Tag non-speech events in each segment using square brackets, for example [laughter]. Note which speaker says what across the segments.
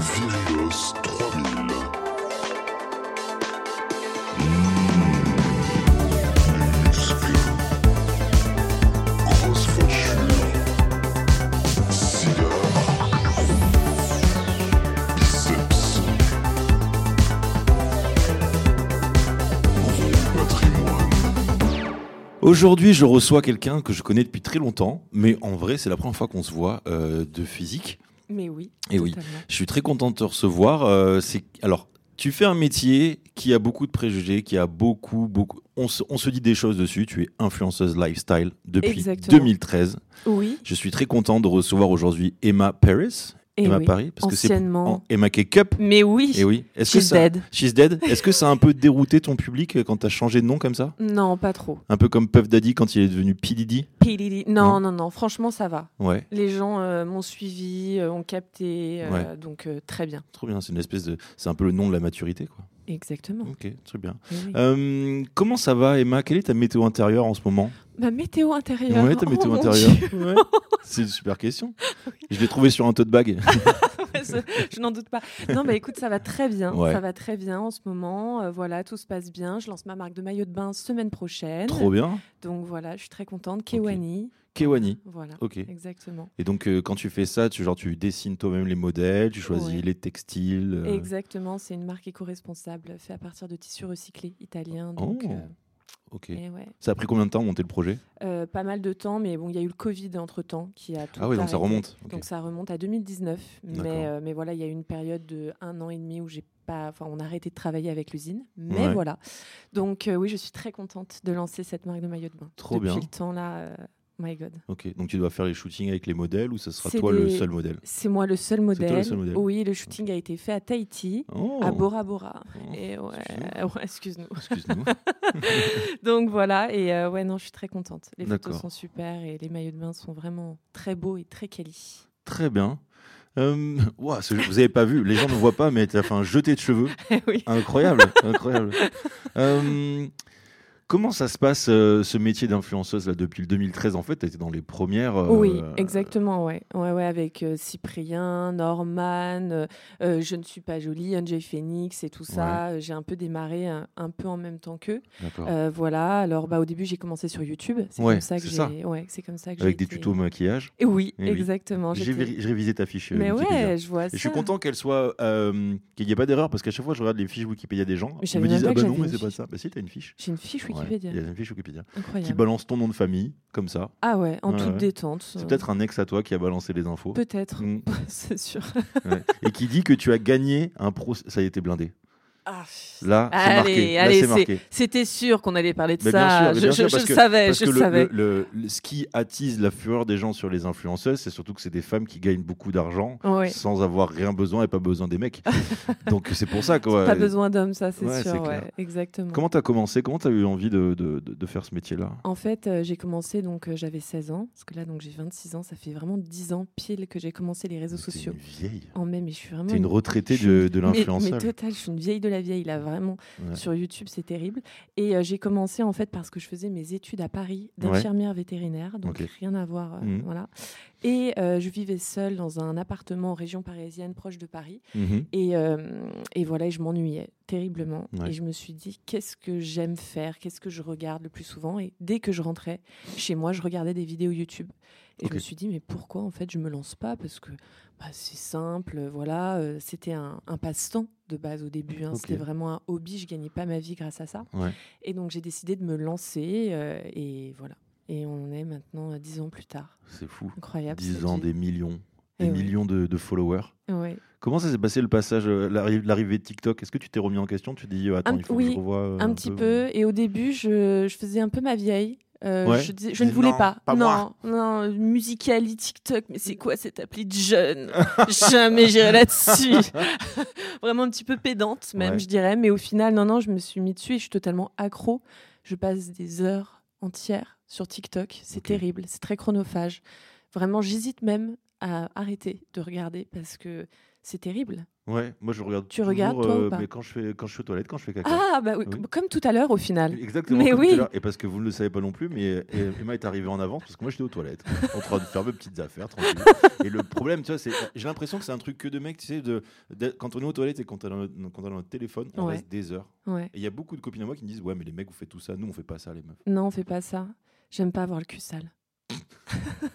Speaker 1: Virgos 3000.
Speaker 2: Aujourd'hui, je reçois quelqu'un que je connais depuis très longtemps, mais en vrai, c'est la première fois qu'on se voit euh, de physique.
Speaker 3: Mais oui.
Speaker 2: Et oui.
Speaker 3: totalement.
Speaker 2: Je suis très content de te recevoir. euh, c'est alors, tu fais un métier qui a beaucoup de préjugés, qui a beaucoup, beaucoup. On se, on se dit des choses dessus. Tu es influenceuse lifestyle depuis
Speaker 3: Exactement.
Speaker 2: 2013.
Speaker 3: Oui.
Speaker 2: Je suis très content de recevoir aujourd'hui Emma Paris.
Speaker 3: Et
Speaker 2: Emma
Speaker 3: Eh oui.
Speaker 2: Paris,
Speaker 3: Anciennement.
Speaker 2: en- Emma K-Cup.
Speaker 3: Mais oui.
Speaker 2: Et oui. Est-ce que
Speaker 3: She's
Speaker 2: ça,
Speaker 3: dead.
Speaker 2: She's dead. Est-ce que ça a un peu dérouté ton public euh, quand t'as changé de nom comme ça
Speaker 3: Non, pas trop.
Speaker 2: Un peu comme Puff Daddy quand il est devenu P Diddy.
Speaker 3: Pilili. Non, non, non. Franchement, ça va.
Speaker 2: Ouais.
Speaker 3: Les gens euh, m'ont suivi, euh, ont capté. euh,
Speaker 2: Ouais.
Speaker 3: Donc, euh, très bien.
Speaker 2: Trop bien, c'est une espèce de, c'est un peu le nom de la maturité, quoi.
Speaker 3: Exactement.
Speaker 2: Ok, très bien.
Speaker 3: Oui, oui.
Speaker 2: Mm. Euh, comment ça va, Emma Quelle est ta météo intérieure en ce moment
Speaker 3: Ma météo intérieure.
Speaker 2: Ouais, ta
Speaker 3: Oh,
Speaker 2: météo
Speaker 3: [laughs] mon
Speaker 2: intérieure.
Speaker 3: Dieu.
Speaker 2: Ouais. [laughs] C'est une super question. Je l'ai trouvée sur un tote bag.
Speaker 3: Ah. je je n'en doute pas. Non, bah écoute, ça va très bien.
Speaker 2: Ouais.
Speaker 3: Ça va très bien en ce moment. Euh, voilà, tout se passe bien. Je lance ma marque de maillot de bain semaine prochaine.
Speaker 2: Trop bien.
Speaker 3: Donc voilà, je suis très contente. Kewani.
Speaker 2: Kewani.
Speaker 3: Voilà.
Speaker 2: Ok.
Speaker 3: Exactement.
Speaker 2: Et donc, euh, quand tu fais ça, tu, genre, tu dessines toi-même les modèles, tu choisis
Speaker 3: Ouais.
Speaker 2: les textiles. euh,
Speaker 3: Exactement, c'est une marque éco-responsable faite à partir de tissus recyclés italiens. Donc,
Speaker 2: Oh.
Speaker 3: euh,
Speaker 2: Ok.
Speaker 3: eh ouais.
Speaker 2: Ça a pris combien de temps à monter le projet
Speaker 3: Euh, pas mal de temps, mais bon, il y a eu le Covid entre temps qui a tout.
Speaker 2: Ah oui, donc ça
Speaker 3: arrêté.
Speaker 2: remonte. Ok.
Speaker 3: Donc ça remonte à 2019,
Speaker 2: D'accord.
Speaker 3: mais, euh, mais voilà, il y a eu une période de un an et demi où j'ai pas, enfin, on a arrêté de travailler avec l'usine, mais
Speaker 2: Ouais.
Speaker 3: voilà. Donc euh, oui, je suis très contente de lancer cette marque de maillot de bain.
Speaker 2: Trop
Speaker 3: Depuis
Speaker 2: bien.
Speaker 3: le temps là, euh, my God.
Speaker 2: ok. Donc, tu dois faire les shootings avec les modèles ou ça sera
Speaker 3: C'est
Speaker 2: toi le
Speaker 3: des-
Speaker 2: seul modèle
Speaker 3: C'est moi le seul
Speaker 2: toi le
Speaker 3: modèle.
Speaker 2: seul modèle.
Speaker 3: Oui, le shooting a été fait à Tahiti,
Speaker 2: Oh,
Speaker 3: à Bora Bora.
Speaker 2: Oh,
Speaker 3: Et ouais,
Speaker 2: excuse-nous.
Speaker 3: [laughs] ouais, excuse-nous.
Speaker 2: Excuse-nous.
Speaker 3: Donc voilà, et euh, ouais, non, je suis très contente. Les
Speaker 2: D'accord.
Speaker 3: photos sont super et les maillots de bain sont vraiment très beaux et très quali.
Speaker 2: Très bien. Euh, ouah, ce- vous n'avez pas vu, les gens ne voient pas, mais tu as fait un jeté de
Speaker 3: [laughs]
Speaker 2: cheveux.
Speaker 3: Eh oui. [laughs]
Speaker 2: Incroyable, incroyable. Euh, comment ça se passe euh, ce métier d'influenceuse là depuis le 2013 En fait, tu étais dans les premières. euh,
Speaker 3: Oui, exactement, ouais. Ouais, ouais, avec euh, Cyprien, Norman, euh, euh, Je ne suis pas jolie, NJ Phoenix et tout ça. Euh, J'ai un peu démarré un, un peu en même temps qu'eux.
Speaker 2: D'accord.
Speaker 3: Euh, voilà, alors bah, au début, j'ai commencé sur YouTube. C'est
Speaker 2: Ah. Ouais,
Speaker 3: comme ça que
Speaker 2: c'est ça.
Speaker 3: j'ai. Ouais, c'est comme ça que
Speaker 2: Avec des
Speaker 3: j'ai été-
Speaker 2: tutos maquillage.
Speaker 3: Et oui,
Speaker 2: Eh oui.
Speaker 3: exactement.
Speaker 2: J'ai
Speaker 3: j'étais-
Speaker 2: véri- j'ai révisé ta fiche. euh,
Speaker 3: Mais
Speaker 2: Wikipédia.
Speaker 3: ouais, je vois
Speaker 2: Et
Speaker 3: ça.
Speaker 2: je suis content qu'elle soit euh, qu'il n'y ait pas d'erreur parce qu'à chaque fois je regarde les fiches Wikipédia des gens,
Speaker 3: Mais je
Speaker 2: ils me
Speaker 3: savais même
Speaker 2: disent ah
Speaker 3: pas que
Speaker 2: bah
Speaker 3: j'avais
Speaker 2: non mais
Speaker 3: une
Speaker 2: c'est pas
Speaker 3: fiche.
Speaker 2: ça. Bah si t'as une fiche.
Speaker 3: J'ai une fiche
Speaker 2: Ouais,
Speaker 3: Wikipédia.
Speaker 2: Il y a une fiche Wikipédia qui
Speaker 3: Incroyable.
Speaker 2: balance ton nom de famille comme ça.
Speaker 3: Ah ouais, en
Speaker 2: Ouais,
Speaker 3: toute
Speaker 2: ouais.
Speaker 3: détente.
Speaker 2: C'est
Speaker 3: euh,
Speaker 2: peut-être un ex à toi qui a balancé les infos.
Speaker 3: Peut-être.
Speaker 2: Mm.
Speaker 3: [laughs] C'est sûr.
Speaker 2: Ouais. et qui dit que tu as gagné un procès. Ça y était blindé. Là, c'est
Speaker 3: Allez,
Speaker 2: marqué. Là,
Speaker 3: allez,
Speaker 2: c'est marqué.
Speaker 3: C'était sûr qu'on allait parler de
Speaker 2: Mais bien
Speaker 3: ça.
Speaker 2: sûr, mais
Speaker 3: je
Speaker 2: bien
Speaker 3: je-
Speaker 2: sûr,
Speaker 3: je
Speaker 2: parce que-
Speaker 3: le savais,
Speaker 2: Parce
Speaker 3: je
Speaker 2: que
Speaker 3: le
Speaker 2: le-
Speaker 3: savais.
Speaker 2: le- le- le- ce qui attise la fureur des gens sur les influenceuses, c'est surtout que c'est des femmes qui gagnent beaucoup d'argent
Speaker 3: Ouais.
Speaker 2: sans avoir rien besoin et pas besoin des
Speaker 3: [laughs]
Speaker 2: mecs. Donc c'est pour ça quoi.
Speaker 3: Pas besoin d'hommes, ça, c'est
Speaker 2: Ouais, c'est
Speaker 3: sûr.
Speaker 2: clair.
Speaker 3: ouais, exactement.
Speaker 2: Comment t'as commencé Comment t'as eu envie de, de- de- de faire ce métier-là
Speaker 3: en fait, euh, j'ai commencé, donc euh, j'avais 16 ans, parce que là, donc j'ai 26 ans, ça fait vraiment 10 ans pile que j'ai commencé les réseaux
Speaker 2: T'es
Speaker 3: sociaux.
Speaker 2: une vieille.
Speaker 3: En mai, mais je suis vraiment.
Speaker 2: T'es une retraitée
Speaker 3: je suis une-
Speaker 2: de, de
Speaker 3: mais- Mais,
Speaker 2: l'influenceuse.
Speaker 3: total, je suis une vieille de la vieille, là, vraiment.
Speaker 2: Ouais.
Speaker 3: Sur YouTube, c'est terrible. Et euh, j'ai commencé, en fait, parce que je faisais mes études à Paris
Speaker 2: Ouais.
Speaker 3: d'infirmière vétérinaire, donc
Speaker 2: Ok.
Speaker 3: rien à voir. euh,
Speaker 2: Mhm.
Speaker 3: Voilà. Et euh, je vivais seule dans un appartement en région parisienne proche de Paris.
Speaker 2: Mhm.
Speaker 3: Et, euh, et voilà, et je m'ennuyais terriblement.
Speaker 2: Ouais.
Speaker 3: Et je me suis dit, qu'est-ce que j'aime faire Qu'est-ce que je regarde le plus souvent Et dès que je rentrais chez moi, je regardais des vidéos YouTube. Et
Speaker 2: Ok.
Speaker 3: je me suis dit, mais pourquoi en fait je me lance pas Parce que bah, c'est simple, voilà, euh, c'était un, un passe-temps de base au début. hein.
Speaker 2: Ok.
Speaker 3: C'était vraiment un hobby, je gagnais pas ma vie grâce à ça.
Speaker 2: Ouais.
Speaker 3: Et donc j'ai décidé de me lancer, euh, et voilà. Et on est maintenant euh, dix ans plus tard.
Speaker 2: C'est fou.
Speaker 3: Incroyable.
Speaker 2: 10
Speaker 3: cette
Speaker 2: ans,
Speaker 3: vie.
Speaker 2: des millions,
Speaker 3: Eh
Speaker 2: des
Speaker 3: ouais.
Speaker 2: millions de, de followers.
Speaker 3: Ouais.
Speaker 2: Comment ça s'est passé le passage, euh, l'arri- l'arrivée de TikTok Est-ce que tu t'es remis en question Tu t'es dit, euh, attends,
Speaker 3: Un-
Speaker 2: il faut que
Speaker 3: oui,
Speaker 2: je revoie. euh,
Speaker 3: un petit peu. Et au début, je, je faisais un peu ma vieille. Euh,
Speaker 2: Ouais.
Speaker 3: je, disais- je
Speaker 2: Tu
Speaker 3: ne
Speaker 2: dis,
Speaker 3: voulais
Speaker 2: non,
Speaker 3: pas.
Speaker 2: pas
Speaker 3: non,
Speaker 2: moi.
Speaker 3: non, Musicali, TikTok, mais c'est quoi cette appli de
Speaker 2: [laughs]
Speaker 3: jeune Jamais j'irai là-dessus. [laughs] Vraiment un petit peu pédante, même,
Speaker 2: Ouais.
Speaker 3: je dirais. Mais au final, non, non, je me suis mis dessus et je suis totalement accro. Je passe des heures entières sur TikTok. C'est
Speaker 2: Ok.
Speaker 3: terrible, c'est très chronophage. Vraiment, j'hésite même à arrêter de regarder parce que c'est terrible.
Speaker 2: Ouais, moi je regarde.
Speaker 3: Tu regardes,
Speaker 2: toujours,
Speaker 3: toi, ou
Speaker 2: euh,
Speaker 3: pas
Speaker 2: mais quand je fais quand je suis aux toilettes, quand je fais caca.
Speaker 3: Ah, bah oui,
Speaker 2: Oui.
Speaker 3: comme tout à l'heure au final.
Speaker 2: [laughs] Exactement.
Speaker 3: Mais
Speaker 2: comme
Speaker 3: oui.
Speaker 2: tout à l'heure. Et parce que vous ne le savez pas non plus, mais euh, Emma est arrivée en avance parce que moi j'étais aux toilettes, en train de faire mes petites affaires tranquille. Et le problème, tu vois, c'est j'ai l'impression que c'est un truc que de mecs, tu sais, de, de- quand on est aux toilettes et quand on a notre, quand on a notre téléphone, on
Speaker 3: Ouais.
Speaker 2: reste des heures.
Speaker 3: Ouais.
Speaker 2: Et il y a beaucoup de copines à moi qui me disent ouais, mais les mecs vous faites tout ça, nous on fait pas ça les meufs.
Speaker 3: Non, on fait pas ça. J'aime pas avoir le cul sale. [laughs]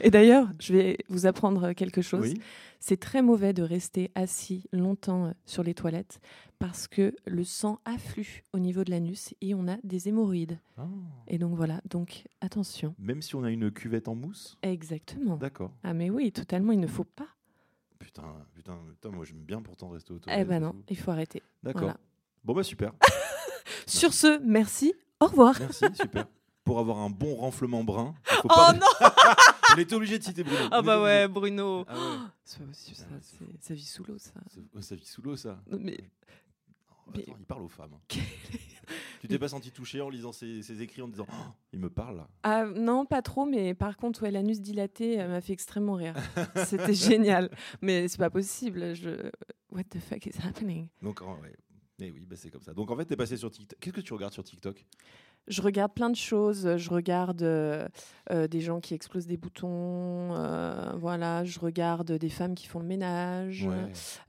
Speaker 3: Et d'ailleurs, je vais vous apprendre quelque chose.
Speaker 2: Oui.
Speaker 3: C'est très mauvais de rester assis longtemps euh, sur les toilettes parce que le sang afflue au niveau de l'anus et on a des hémorroïdes.
Speaker 2: Ah.
Speaker 3: Et donc voilà, donc attention.
Speaker 2: Même si on a une cuvette en mousse.
Speaker 3: Exactement.
Speaker 2: D'accord.
Speaker 3: Ah mais oui, totalement, il ne faut pas.
Speaker 2: Putain, putain, putain, moi j'aime bien pourtant rester aux toilettes.
Speaker 3: Eh ben
Speaker 2: et
Speaker 3: non,
Speaker 2: tout.
Speaker 3: il faut arrêter.
Speaker 2: D'accord.
Speaker 3: Voilà.
Speaker 2: Bon bah super.
Speaker 3: Sur ce, merci. Au revoir. [laughs]
Speaker 2: Merci, super. Pour avoir un bon renflement brun. il faut
Speaker 3: Oh
Speaker 2: pas-
Speaker 3: non
Speaker 2: [laughs] On était obligé de citer Bruno.
Speaker 3: Ah
Speaker 2: On était
Speaker 3: bah
Speaker 2: obligé.
Speaker 3: ouais, Bruno.
Speaker 2: Ah ouais.
Speaker 3: [gasps] Ça aussi, ça,
Speaker 2: Ah ouais,
Speaker 3: c'est- ça vit sous l'eau, ça.
Speaker 2: C'est- oh, Ça vit sous l'eau, ça.
Speaker 3: Non, Mais
Speaker 2: Oh,
Speaker 3: Mais-
Speaker 2: attends, il parle aux femmes.
Speaker 3: [laughs] Quel
Speaker 2: [laughs] Tu t'es pas senti touché en lisant ses, ses écrits en disant Oh, il me parle là.
Speaker 3: Ah non, pas trop, mais par contre, ouais, l'anus dilaté euh, m'a fait extrêmement rire.
Speaker 2: [laughs]
Speaker 3: C'était génial, mais c'est pas possible. Je... What the fuck is happening
Speaker 2: Donc, en- ouais. Eh oui, bah, c'est comme ça. Donc en fait, t'es passé sur TikTok. Qu'est-ce que tu regardes sur TikTok
Speaker 3: Je regarde plein de choses. Je regarde euh, euh, des gens qui explosent des boutons. euh, voilà, je regarde des femmes qui font le ménage.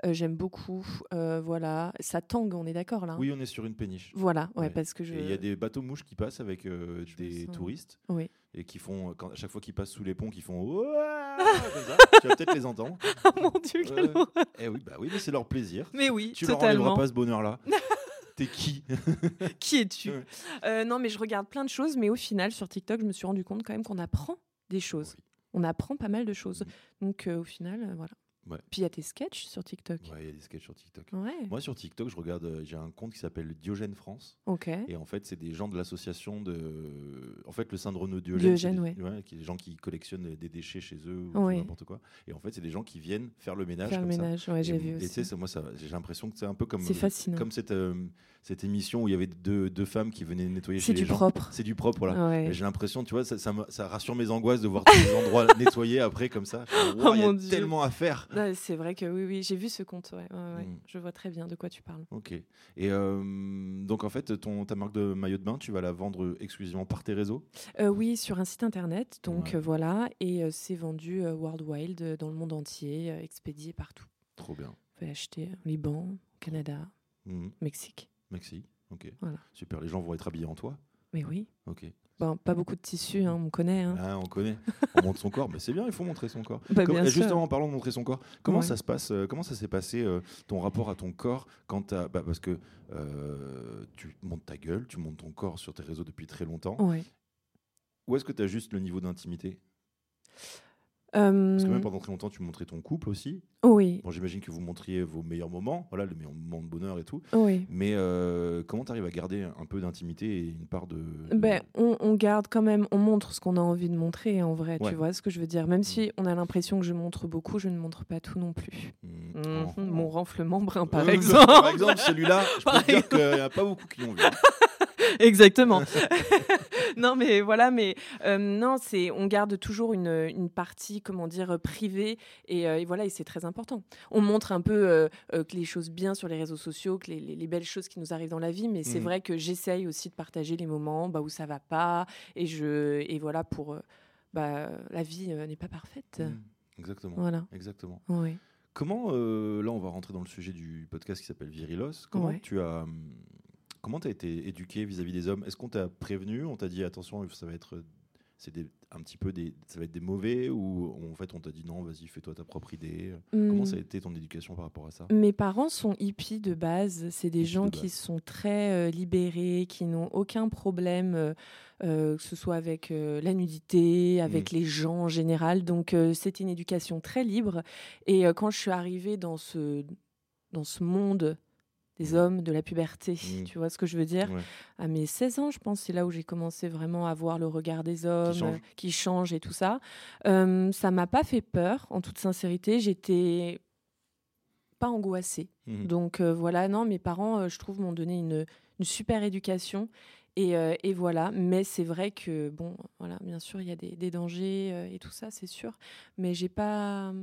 Speaker 3: Euh, J'aime beaucoup. euh, voilà, ça tangue, on est d'accord là. hein
Speaker 2: Oui, on est sur une péniche.
Speaker 3: Voilà, ouais,
Speaker 2: Ouais.
Speaker 3: parce que je.
Speaker 2: Et
Speaker 3: [laughs]
Speaker 2: Il y a des bateaux mouches qui passent avec euh,
Speaker 3: Euh. Je me
Speaker 2: des
Speaker 3: sens-
Speaker 2: touristes.
Speaker 3: Oui.
Speaker 2: Et qui font, euh, quand, à chaque fois qu'ils passent sous les ponts, qui font
Speaker 3: [laughs]
Speaker 2: Ouah comme ça. Tu vas peut-être les entendre.
Speaker 3: Ah, mon dieu, quel
Speaker 2: Ouais.
Speaker 3: horreur.
Speaker 2: Eh oui, bah oui, mais c'est leur plaisir.
Speaker 3: Mais oui,
Speaker 2: Tu leur enlèveras
Speaker 3: totalement.
Speaker 2: pas ce
Speaker 3: [laughs]
Speaker 2: bonheur-là. T'es qui
Speaker 3: Qui es-tu
Speaker 2: Ouais.
Speaker 3: Euh, Non, mais je regarde plein de choses, mais au final, sur TikTok, je me suis rendu compte quand même qu'on apprend des choses.
Speaker 2: Oui.
Speaker 3: On apprend pas mal de choses. Donc, euh, au final, euh, voilà.
Speaker 2: Ouais.
Speaker 3: Puis il y a tes sketchs sur TikTok.
Speaker 2: Ouais, il y a des sketchs sur TikTok.
Speaker 3: Ouais.
Speaker 2: Moi, sur TikTok, je regarde. euh, J'ai un compte qui s'appelle Diogène France.
Speaker 3: Ok.
Speaker 2: Et en fait, c'est des gens de l'association de. En fait, le syndrome de Diogène.
Speaker 3: Diogène,
Speaker 2: c'est
Speaker 3: ouais.
Speaker 2: des... qui est des gens qui collectionnent des déchets chez eux ou
Speaker 3: Ouais.
Speaker 2: tout n'importe quoi. Et en fait, c'est des gens qui viennent faire le ménage.
Speaker 3: Faire le
Speaker 2: comme ça.
Speaker 3: ménage, ouais,
Speaker 2: Et-
Speaker 3: j'ai vu
Speaker 2: Et tu sais,
Speaker 3: aussi.
Speaker 2: ça- moi, ça- j'ai l'impression que c'est un peu comme.
Speaker 3: C'est fascinant.
Speaker 2: Comme cette, euh, cette émission où il y avait deux, deux femmes qui venaient nettoyer
Speaker 3: C'est
Speaker 2: chez les
Speaker 3: du
Speaker 2: gens.
Speaker 3: propre. Ah
Speaker 2: C'est du propre, voilà.
Speaker 3: Ouais.
Speaker 2: Et J'ai l'impression, tu vois, ça, ça, me- ça rassure mes angoises de voir tous les
Speaker 3: [laughs]
Speaker 2: endroits nettoyés après comme ça. Je me dis, Ouah,
Speaker 3: Oh
Speaker 2: il y a
Speaker 3: mon Dieu.
Speaker 2: tellement à faire.
Speaker 3: Non, C'est vrai que oui, oui, j'ai vu ce compte. ouais, ouais, ouais.
Speaker 2: Mm.
Speaker 3: Je vois très bien de quoi tu parles.
Speaker 2: Ok. Et euh, donc, en fait, ton, ta marque de maillot de bain, tu vas la vendre exclusivement par tes réseaux
Speaker 3: Euh, oui, sur un site internet. Donc
Speaker 2: Ouais.
Speaker 3: euh, voilà. Et euh, c'est vendu euh, worldwide euh, dans le monde entier, euh, expédié partout.
Speaker 2: Trop bien.
Speaker 3: Vous pouvez acheter au Liban, au Canada,
Speaker 2: Mhm.
Speaker 3: au Mexique.
Speaker 2: Maxi. Ok.
Speaker 3: Voilà. Hein.
Speaker 2: Super. Les gens vont être habillés en toi.
Speaker 3: Mais oui.
Speaker 2: Ok.
Speaker 3: Bon, Ben, pas beaucoup de tissus, hein, on connaît. hein.
Speaker 2: Ah, on
Speaker 3: [laughs]
Speaker 2: connaît. On montre son corps. Mais c'est bien, il faut montrer son corps.
Speaker 3: Bah,
Speaker 2: Comme-
Speaker 3: [laughs] bien
Speaker 2: et
Speaker 3: sûr.
Speaker 2: justement, en parlant de montrer son corps, comment
Speaker 3: Ouais.
Speaker 2: ça se passe euh, Comment ça s'est passé euh, ton rapport à ton corps quand t'as- bah, parce que euh, tu montes ta gueule, tu montes ton corps sur tes réseaux depuis très longtemps.
Speaker 3: Ouais.
Speaker 2: Ou est-ce que tu as juste le niveau d'intimité
Speaker 3: Euh,
Speaker 2: Parce que même pendant très longtemps, tu montrais ton couple aussi.
Speaker 3: Oui,
Speaker 2: Bon, j'imagine que vous montriez vos meilleurs moments, voilà, les meilleurs moments de bonheur et tout.
Speaker 3: oui.
Speaker 2: Mais euh, comment tu arrives à garder un peu d'intimité et une part de. de-
Speaker 3: Ben, on, on garde quand même, on montre ce qu'on a envie de montrer en vrai,
Speaker 2: Ouais. Mm.
Speaker 3: tu vois ce que je veux dire. Même si on a l'impression que je montre beaucoup, je ne montre pas tout non plus.
Speaker 2: Mm.
Speaker 3: Mhm,
Speaker 2: Oh.
Speaker 3: Mon renflement brun, par
Speaker 2: Euh,
Speaker 3: exemple.
Speaker 2: [laughs] Par exemple, celui-là,
Speaker 3: [laughs]
Speaker 2: je peux
Speaker 3: Par
Speaker 2: te dire qu'il n'y a pas beaucoup qui
Speaker 3: [laughs]
Speaker 2: l'ont vu.
Speaker 3: Exactement. [laughs] non, mais voilà, mais euh, non, c'est on garde toujours une, une partie, comment dire, privée, et, euh, et voilà, et c'est très important. On montre un peu euh, euh, que les choses bien sur les réseaux sociaux, que les, les- les belles choses qui nous arrivent dans la vie, mais c'est
Speaker 2: Mhm.
Speaker 3: vrai que j'essaye aussi de partager les moments bah, où ça va pas, et je et voilà pour euh, bah, la vie euh, n'est pas parfaite.
Speaker 2: Mm. Exactement.
Speaker 3: Voilà.
Speaker 2: Exactement.
Speaker 3: Ouais.
Speaker 2: Comment, euh, là, on va rentrer dans le sujet du podcast qui s'appelle Virilos. Comment
Speaker 3: Ouais.
Speaker 2: tu as. hum, Comment tu as été éduqué vis-à-vis des hommes Est-ce qu'on t'a prévenu On t'a dit attention, ça va être. C'est des- un petit peu des. Ça va être des mauvais Ou en fait, on t'a dit non, vas-y, fais-toi ta propre idée Comment
Speaker 3: Mhm.
Speaker 2: ça a été ton éducation par rapport à ça
Speaker 3: Mes parents sont hippies de base. C'est des
Speaker 2: Hippies
Speaker 3: gens
Speaker 2: de
Speaker 3: qui
Speaker 2: base.
Speaker 3: sont très euh, libérés, qui n'ont aucun problème, euh, euh, que ce soit avec euh, la nudité,
Speaker 2: Mmh.
Speaker 3: avec les gens en général. Donc, euh, c'était une éducation très libre. Et euh, quand je suis arrivée dans ce, dans ce monde
Speaker 2: Mmh.
Speaker 3: des hommes, de la puberté,
Speaker 2: Mm.
Speaker 3: tu vois ce que je veux dire
Speaker 2: Ouais.
Speaker 3: À mes 16 ans, je pense, c'est là où j'ai commencé vraiment à voir le regard des hommes
Speaker 2: change.
Speaker 3: euh, qui change et tout ça. Euh, ça m'a pas fait peur, en toute sincérité. J'étais pas angoissée.
Speaker 2: Mhm.
Speaker 3: Donc euh, voilà, non, mes parents, euh, je trouve, m'ont donné une, une super éducation. Et, euh, et voilà, mais c'est vrai que, bon, voilà, bien sûr, il y a des, des dangers euh, et tout ça, c'est sûr. Mais j'ai pas.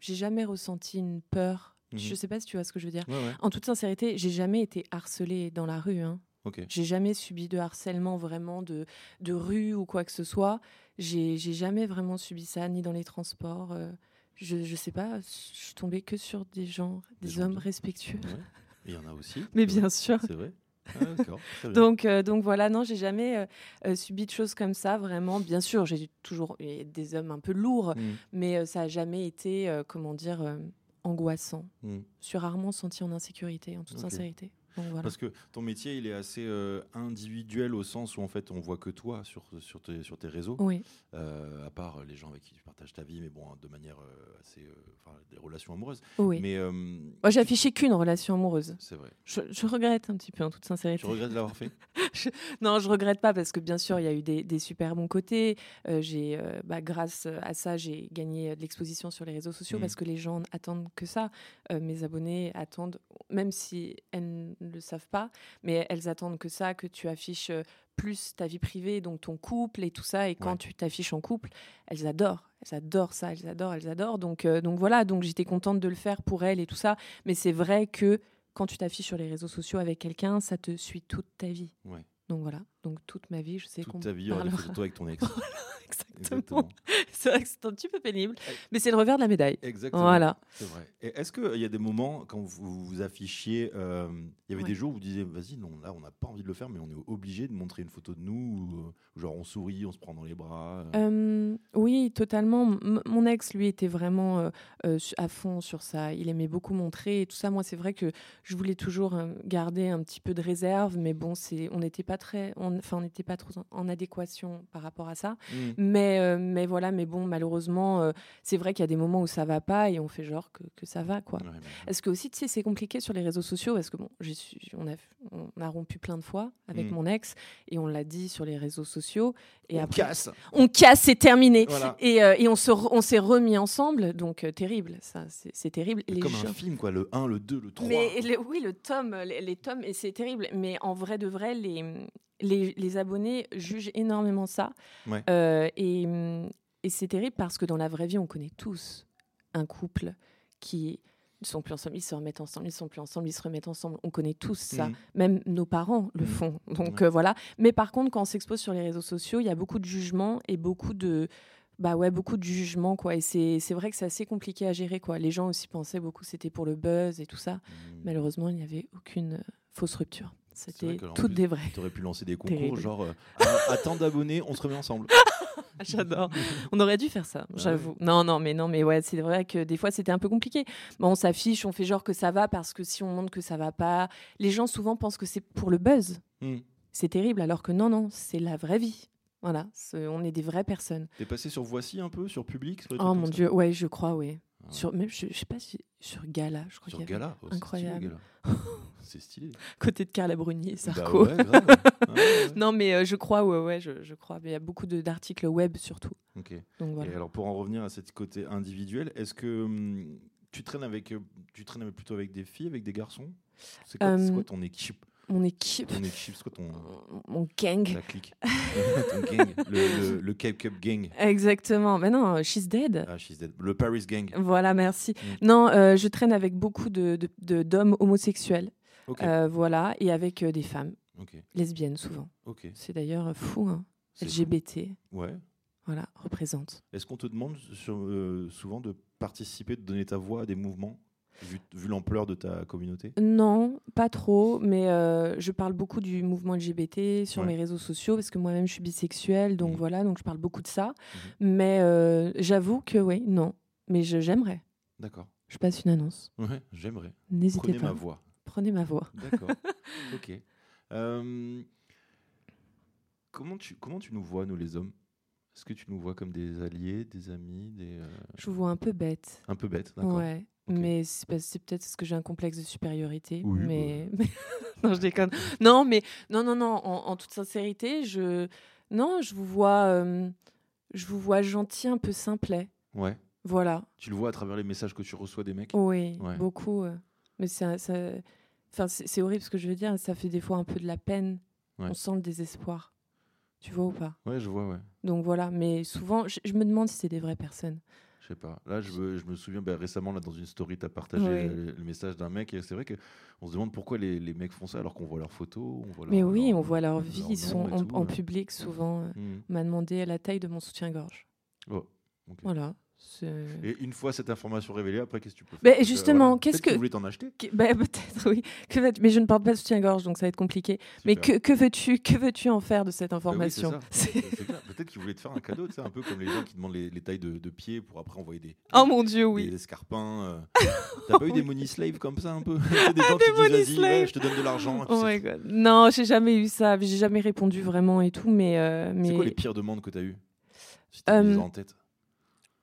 Speaker 3: J'ai jamais ressenti une peur.
Speaker 2: Mhm.
Speaker 3: Je sais pas si tu vois ce que je veux dire.
Speaker 2: Ouais, ouais.
Speaker 3: En toute sincérité, j'ai jamais été harcelée dans la rue. Hein.
Speaker 2: Ok.
Speaker 3: J'ai jamais subi de harcèlement vraiment de, de rue ou quoi que ce soit. J'ai j'ai jamais vraiment subi ça, ni dans les transports. euh, je, je sais pas, je suis tombée que sur des gens,
Speaker 2: Des
Speaker 3: des,
Speaker 2: gens
Speaker 3: hommes
Speaker 2: bien.
Speaker 3: respectueux.
Speaker 2: Ouais. Il y en a aussi.
Speaker 3: [laughs] Mais
Speaker 2: c'est vrai.
Speaker 3: bien sûr.
Speaker 2: C'est vrai. Ah, D'accord. très bien.
Speaker 3: Donc, euh, donc voilà, non, j'ai jamais euh, euh, subi de choses comme ça, vraiment. Bien sûr, j'ai toujours eu des hommes un peu lourds,
Speaker 2: Mm,
Speaker 3: mais euh, ça n'a jamais été, euh, comment dire, euh, angoissant.
Speaker 2: mm.
Speaker 3: Je suis rarement sentie en insécurité, en toute
Speaker 2: Ok.
Speaker 3: sincérité. Donc voilà.
Speaker 2: Parce que ton métier, il est assez euh, individuel au sens où en fait on voit que toi sur, sur, tes, sur tes réseaux,
Speaker 3: Oui,
Speaker 2: euh, à part les gens avec qui tu partages ta vie, mais bon, de manière euh, assez. euh, Enfin, des relations amoureuses.
Speaker 3: oui.
Speaker 2: Mais euh,
Speaker 3: Moi, j'ai affiché qu'une relation amoureuse.
Speaker 2: c'est vrai.
Speaker 3: Je, je regrette un petit peu, en toute sincérité.
Speaker 2: Tu regrettes de l'avoir fait
Speaker 3: Non, je regrette pas parce que bien sûr, il y a eu des, des super bons côtés. Euh, j'ai, euh, bah, grâce à ça, j'ai gagné euh, de l'exposition sur les réseaux sociaux
Speaker 2: Mm.
Speaker 3: parce que les gens attendent que ça. Euh, mes abonnés attendent, même si elles ne le savent pas, mais elles attendent que ça, que tu affiches euh, plus ta vie privée, donc ton couple et tout ça. Et quand
Speaker 2: Ouais.
Speaker 3: tu t'affiches en couple, elles adorent. Elles adorent ça, elles adorent, elles adorent. Donc, euh, donc voilà, donc j'étais contente de le faire pour elles et tout ça. Mais c'est vrai que quand tu t'affiches sur les réseaux sociaux avec quelqu'un, ça te suit toute ta vie.
Speaker 2: Ouais.
Speaker 3: Donc voilà, donc toute ma vie, je sais qu'on
Speaker 2: Toute ta vie, il y
Speaker 3: [laughs]
Speaker 2: aura des
Speaker 3: parlera.
Speaker 2: photos de toi avec ton ex.
Speaker 3: Exactement.
Speaker 2: Exactement.
Speaker 3: [laughs] C'est vrai que c'est un petit peu pénible, mais c'est le revers de la médaille.
Speaker 2: Exactement.
Speaker 3: Voilà.
Speaker 2: C'est vrai. Et est-ce qu'il y a des moments quand vous vous affichiez, euh, il y avait
Speaker 3: Ouais.
Speaker 2: des jours où vous disiez, vas-y, non, là, on n'a pas envie de le faire, mais on est obligé de montrer une photo de nous, ou, euh, genre on sourit, on se prend dans les bras. euh.
Speaker 3: Euh, oui, totalement. M- mon ex, lui, était vraiment euh, euh, su- à fond sur ça. Il aimait beaucoup montrer et tout ça. Moi, c'est vrai que je voulais toujours euh, garder un petit peu de réserve, mais bon, c'est, on n'était pas très, on- enfin, on n'était pas trop en- en adéquation par rapport à ça.
Speaker 2: Mm.
Speaker 3: Mais, euh, mais voilà, mais bon, malheureusement, euh, c'est vrai qu'il y a des moments où ça va pas et on fait genre que, que ça va, quoi.
Speaker 2: Ouais, mais je-
Speaker 3: Parce que aussi, tu sais, c'est compliqué sur les réseaux sociaux parce que bon, j'ai su- on, a, on a rompu plein de fois avec
Speaker 2: Mm.
Speaker 3: mon ex et on l'a dit sur les réseaux sociaux. Et
Speaker 2: on
Speaker 3: après,
Speaker 2: casse.
Speaker 3: on casse, c'est terminé.
Speaker 2: Voilà.
Speaker 3: Et, euh, et on se re- on s'est remis ensemble, donc euh, terrible, ça, c'est c'est terrible. Les
Speaker 2: Comme
Speaker 3: gens-
Speaker 2: un film, quoi, le 1, le 2, le 3.
Speaker 3: mais le- oui, le tome, les, les tomes, et c'est terrible. Mais en vrai de vrai, les, les, les abonnés jugent énormément ça.
Speaker 2: Ouais.
Speaker 3: Euh, et et c'est terrible parce que dans la vraie vie, on connaît tous un couple qui ne sont plus ensemble, ils se remettent ensemble, ils sont plus ensemble, ils se remettent ensemble. On connaît tous ça.
Speaker 2: Mm.
Speaker 3: Même nos parents le
Speaker 2: Mhm.
Speaker 3: font. Donc
Speaker 2: Ouais.
Speaker 3: euh, voilà. Mais par contre, quand on s'expose sur les réseaux sociaux, il y a beaucoup de jugements et beaucoup de bah ouais, beaucoup de jugements quoi. Et c'est c'est vrai que c'est assez compliqué à gérer quoi. Les gens aussi pensaient beaucoup que c'était pour le buzz et tout ça.
Speaker 2: Mm.
Speaker 3: Malheureusement, il n'y avait aucune euh, fausse rupture.
Speaker 2: vrai
Speaker 3: C'était
Speaker 2: que là, en
Speaker 3: toutes
Speaker 2: plus-
Speaker 3: des vraies.
Speaker 2: T'aurais pu lancer des concours,
Speaker 3: Terrible.
Speaker 2: genre, euh, à, à tant d'abonnés, on se remet ensemble.
Speaker 3: [laughs]
Speaker 2: [laughs]
Speaker 3: J'adore. On aurait dû faire ça,
Speaker 2: ouais.
Speaker 3: j'avoue. Non, non, mais non, mais ouais, c'est vrai que des fois c'était un peu compliqué. Bon, on s'affiche, on fait genre que ça va parce que si on montre que ça va pas, les gens souvent pensent que c'est pour le buzz.
Speaker 2: Mm.
Speaker 3: C'est terrible, alors que non, non, c'est la vraie vie. Voilà, c'est- on est des vraies personnes.
Speaker 2: T'es passé sur Voici un peu, sur Public sur des trucs
Speaker 3: Oh
Speaker 2: comme
Speaker 3: mon
Speaker 2: ça
Speaker 3: dieu, ouais, je crois, oui.
Speaker 2: Ah ouais.
Speaker 3: Sur, même, je, je sais pas si sur Gala, je crois
Speaker 2: Sur
Speaker 3: qu'il y avait.
Speaker 2: Gala. oh, c'est stylé,
Speaker 3: Incroyable.
Speaker 2: Gala.
Speaker 3: [laughs]
Speaker 2: C'est stylé.
Speaker 3: Côté de Carla Bruni et
Speaker 2: Bah
Speaker 3: Sarko.
Speaker 2: ouais, grave. Ah ouais, ouais.
Speaker 3: [laughs] Non, mais euh, je crois, ouais, ouais, je, je crois. Mais il y a beaucoup de- d'articles web surtout.
Speaker 2: Ok.
Speaker 3: Donc voilà.
Speaker 2: Et euh, alors pour en revenir à cette côté individuel, est-ce que hum, tu traînes avec euh, tu traînes avec- plutôt avec des filles, avec des garçons C'est quoi, c'est
Speaker 3: Euh,
Speaker 2: quoi ton équipe
Speaker 3: Mon équipe,
Speaker 2: Ton équipe, c'est quoi
Speaker 3: [laughs]
Speaker 2: ton
Speaker 3: mon gang.
Speaker 2: ta clique [laughs] Ton gang, le, le, le K-Cup gang,
Speaker 3: Exactement. Mais non, she's dead.
Speaker 2: Ah, she's dead. le Paris gang.
Speaker 3: Voilà, merci.
Speaker 2: Mm.
Speaker 3: Non, euh, je traîne avec beaucoup de de- de- d'hommes homosexuels,
Speaker 2: Ok,
Speaker 3: euh, voilà, et avec euh, des femmes
Speaker 2: ok,
Speaker 3: lesbiennes souvent.
Speaker 2: ok.
Speaker 3: C'est d'ailleurs euh, fou, hein.
Speaker 2: C'est
Speaker 3: LGBT,
Speaker 2: fou. Ouais.
Speaker 3: voilà, représente.
Speaker 2: Est-ce qu'on te demande sur- euh, souvent de participer, de donner ta voix à des mouvements vu, vu l'ampleur de ta communauté
Speaker 3: Non, pas trop, mais euh, je parle beaucoup du mouvement LGBT sur
Speaker 2: Ouais.
Speaker 3: mes réseaux sociaux parce que moi-même je suis bisexuelle, donc
Speaker 2: Mhm.
Speaker 3: voilà, donc je parle beaucoup de ça.
Speaker 2: Mm-hmm.
Speaker 3: Mais euh, j'avoue que oui, non, mais je- j'aimerais.
Speaker 2: D'accord.
Speaker 3: Je passe une annonce.
Speaker 2: Ouais, j'aimerais.
Speaker 3: N'hésitez
Speaker 2: Prenez
Speaker 3: pas.
Speaker 2: ma voix.
Speaker 3: Prenez ma voix. [laughs]
Speaker 2: D'accord. ok. Euh, comment, tu, comment tu nous vois, nous les hommes Est-ce que tu nous vois comme des alliés, des amis, des, euh,
Speaker 3: Je vous vois un peu bête.
Speaker 2: un peu bêtes D'accord.
Speaker 3: Ouais.
Speaker 2: Ok.
Speaker 3: Mais c'est parce- c'est peut-être parce que j'ai un complexe de supériorité.
Speaker 2: Oui,
Speaker 3: mais... [laughs] non, je déconne. Non, mais non, non, non. En, en toute sincérité, je non, je vous vois, euh, je vous vois gentil, un peu simplet.
Speaker 2: Ouais.
Speaker 3: Voilà.
Speaker 2: Tu le vois à travers les messages que tu reçois des mecs
Speaker 3: Oui,
Speaker 2: Ouais.
Speaker 3: beaucoup. euh. Mais c'est un- ça- enfin, c'est c'est horrible ce que je veux dire. Ça fait des fois un peu de la peine
Speaker 2: Ouais.
Speaker 3: on sent le désespoir. Tu vois ou pas
Speaker 2: Ouais, je vois, ouais.
Speaker 3: Donc voilà, mais souvent, je, je me demande si c'est des vraies personnes.
Speaker 2: Je sais pas. Là, je, me- je me souviens bah, récemment, là, dans une story, tu as partagé
Speaker 3: Ouais.
Speaker 2: le, le message d'un mec. Et c'est vrai qu'on se demande pourquoi les, les mecs font ça alors qu'on voit leurs photos. On voit leur-
Speaker 3: mais oui,
Speaker 2: leur-
Speaker 3: on voit leur vie,
Speaker 2: leur
Speaker 3: ils
Speaker 2: nom
Speaker 3: sont
Speaker 2: et
Speaker 3: en,
Speaker 2: tout,
Speaker 3: en
Speaker 2: ouais.
Speaker 3: public souvent. euh,
Speaker 2: Mhm.
Speaker 3: On m'a demandé la taille de mon soutien-gorge.
Speaker 2: Oh, ok.
Speaker 3: Voilà. c'est-
Speaker 2: Et une fois cette information révélée, après, qu'est-ce que tu peux faire
Speaker 3: Ben,
Speaker 2: Parce que,
Speaker 3: justement,
Speaker 2: voilà,
Speaker 3: qu'est-ce
Speaker 2: peut-être Tu
Speaker 3: que-
Speaker 2: voulais t'en acheter
Speaker 3: Que- bah, peut-être, oui. Que veux- mais je ne porte pas de soutien-gorge, donc ça va être compliqué. Mais
Speaker 2: Super.
Speaker 3: que, que veux-tu que veux-tu en faire de cette
Speaker 2: Bah oui, c'est
Speaker 3: information
Speaker 2: ça.
Speaker 3: [laughs] C'est-
Speaker 2: C'est clair. Peut-être qu'ils voulaient te faire un cadeau, tu sais, un peu comme les gens qui demandent les, les tailles de, de pieds pour après envoyer des,
Speaker 3: Oh mon Dieu, oui.
Speaker 2: des escarpins. euh.
Speaker 3: [laughs]
Speaker 2: T'as pas eu des money slaves comme ça un peu [laughs] Tu sais, Des gens qui
Speaker 3: Ah, money
Speaker 2: disent vas-y, ouais,
Speaker 3: slaves.
Speaker 2: je te donne de l'argent. et puis
Speaker 3: Oh
Speaker 2: c'est
Speaker 3: my
Speaker 2: tout.
Speaker 3: God. Non, j'ai jamais eu ça. J'ai jamais répondu vraiment et tout, mais euh,
Speaker 2: C'est quoi les
Speaker 3: mais
Speaker 2: pires demandes que t'as eues Si t'as mis
Speaker 3: Euh,
Speaker 2: en tête.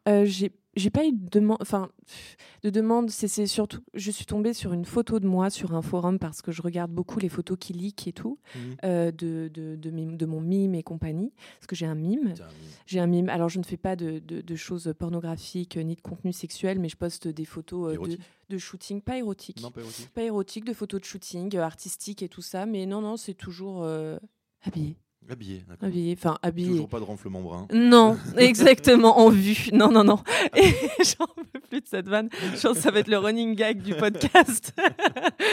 Speaker 3: euh, j'ai j'ai pas eu de demande. Enfin, pff, de demande. C'est c'est surtout. Je suis tombée sur une photo de moi sur un forum parce que je regarde beaucoup les photos qui leak et tout
Speaker 2: Mmh.
Speaker 3: euh, de de de, mes- de mon mime et compagnie parce que j'ai un mime.
Speaker 2: Tiens, oui.
Speaker 3: J'ai un mime. Alors, je ne fais pas de, de- de choses pornographiques euh, ni de contenu sexuel, mais je poste des photos euh, de,
Speaker 2: Érotique
Speaker 3: de shooting, pas érotiques.
Speaker 2: Non, pas érotique.
Speaker 3: Pas érotiques, de photos de shooting, euh, artistiques et tout ça. Mais non, non, c'est toujours euh, habillé.
Speaker 2: Habillé, d'accord.
Speaker 3: Habillé, enfin, habillé.
Speaker 2: Toujours pas de renflement brun.
Speaker 3: Non, exactement, en vue. Non, non, non. [laughs] Et j'en peux plus de cette vanne. Je pense que ça va être le running gag du podcast. [laughs]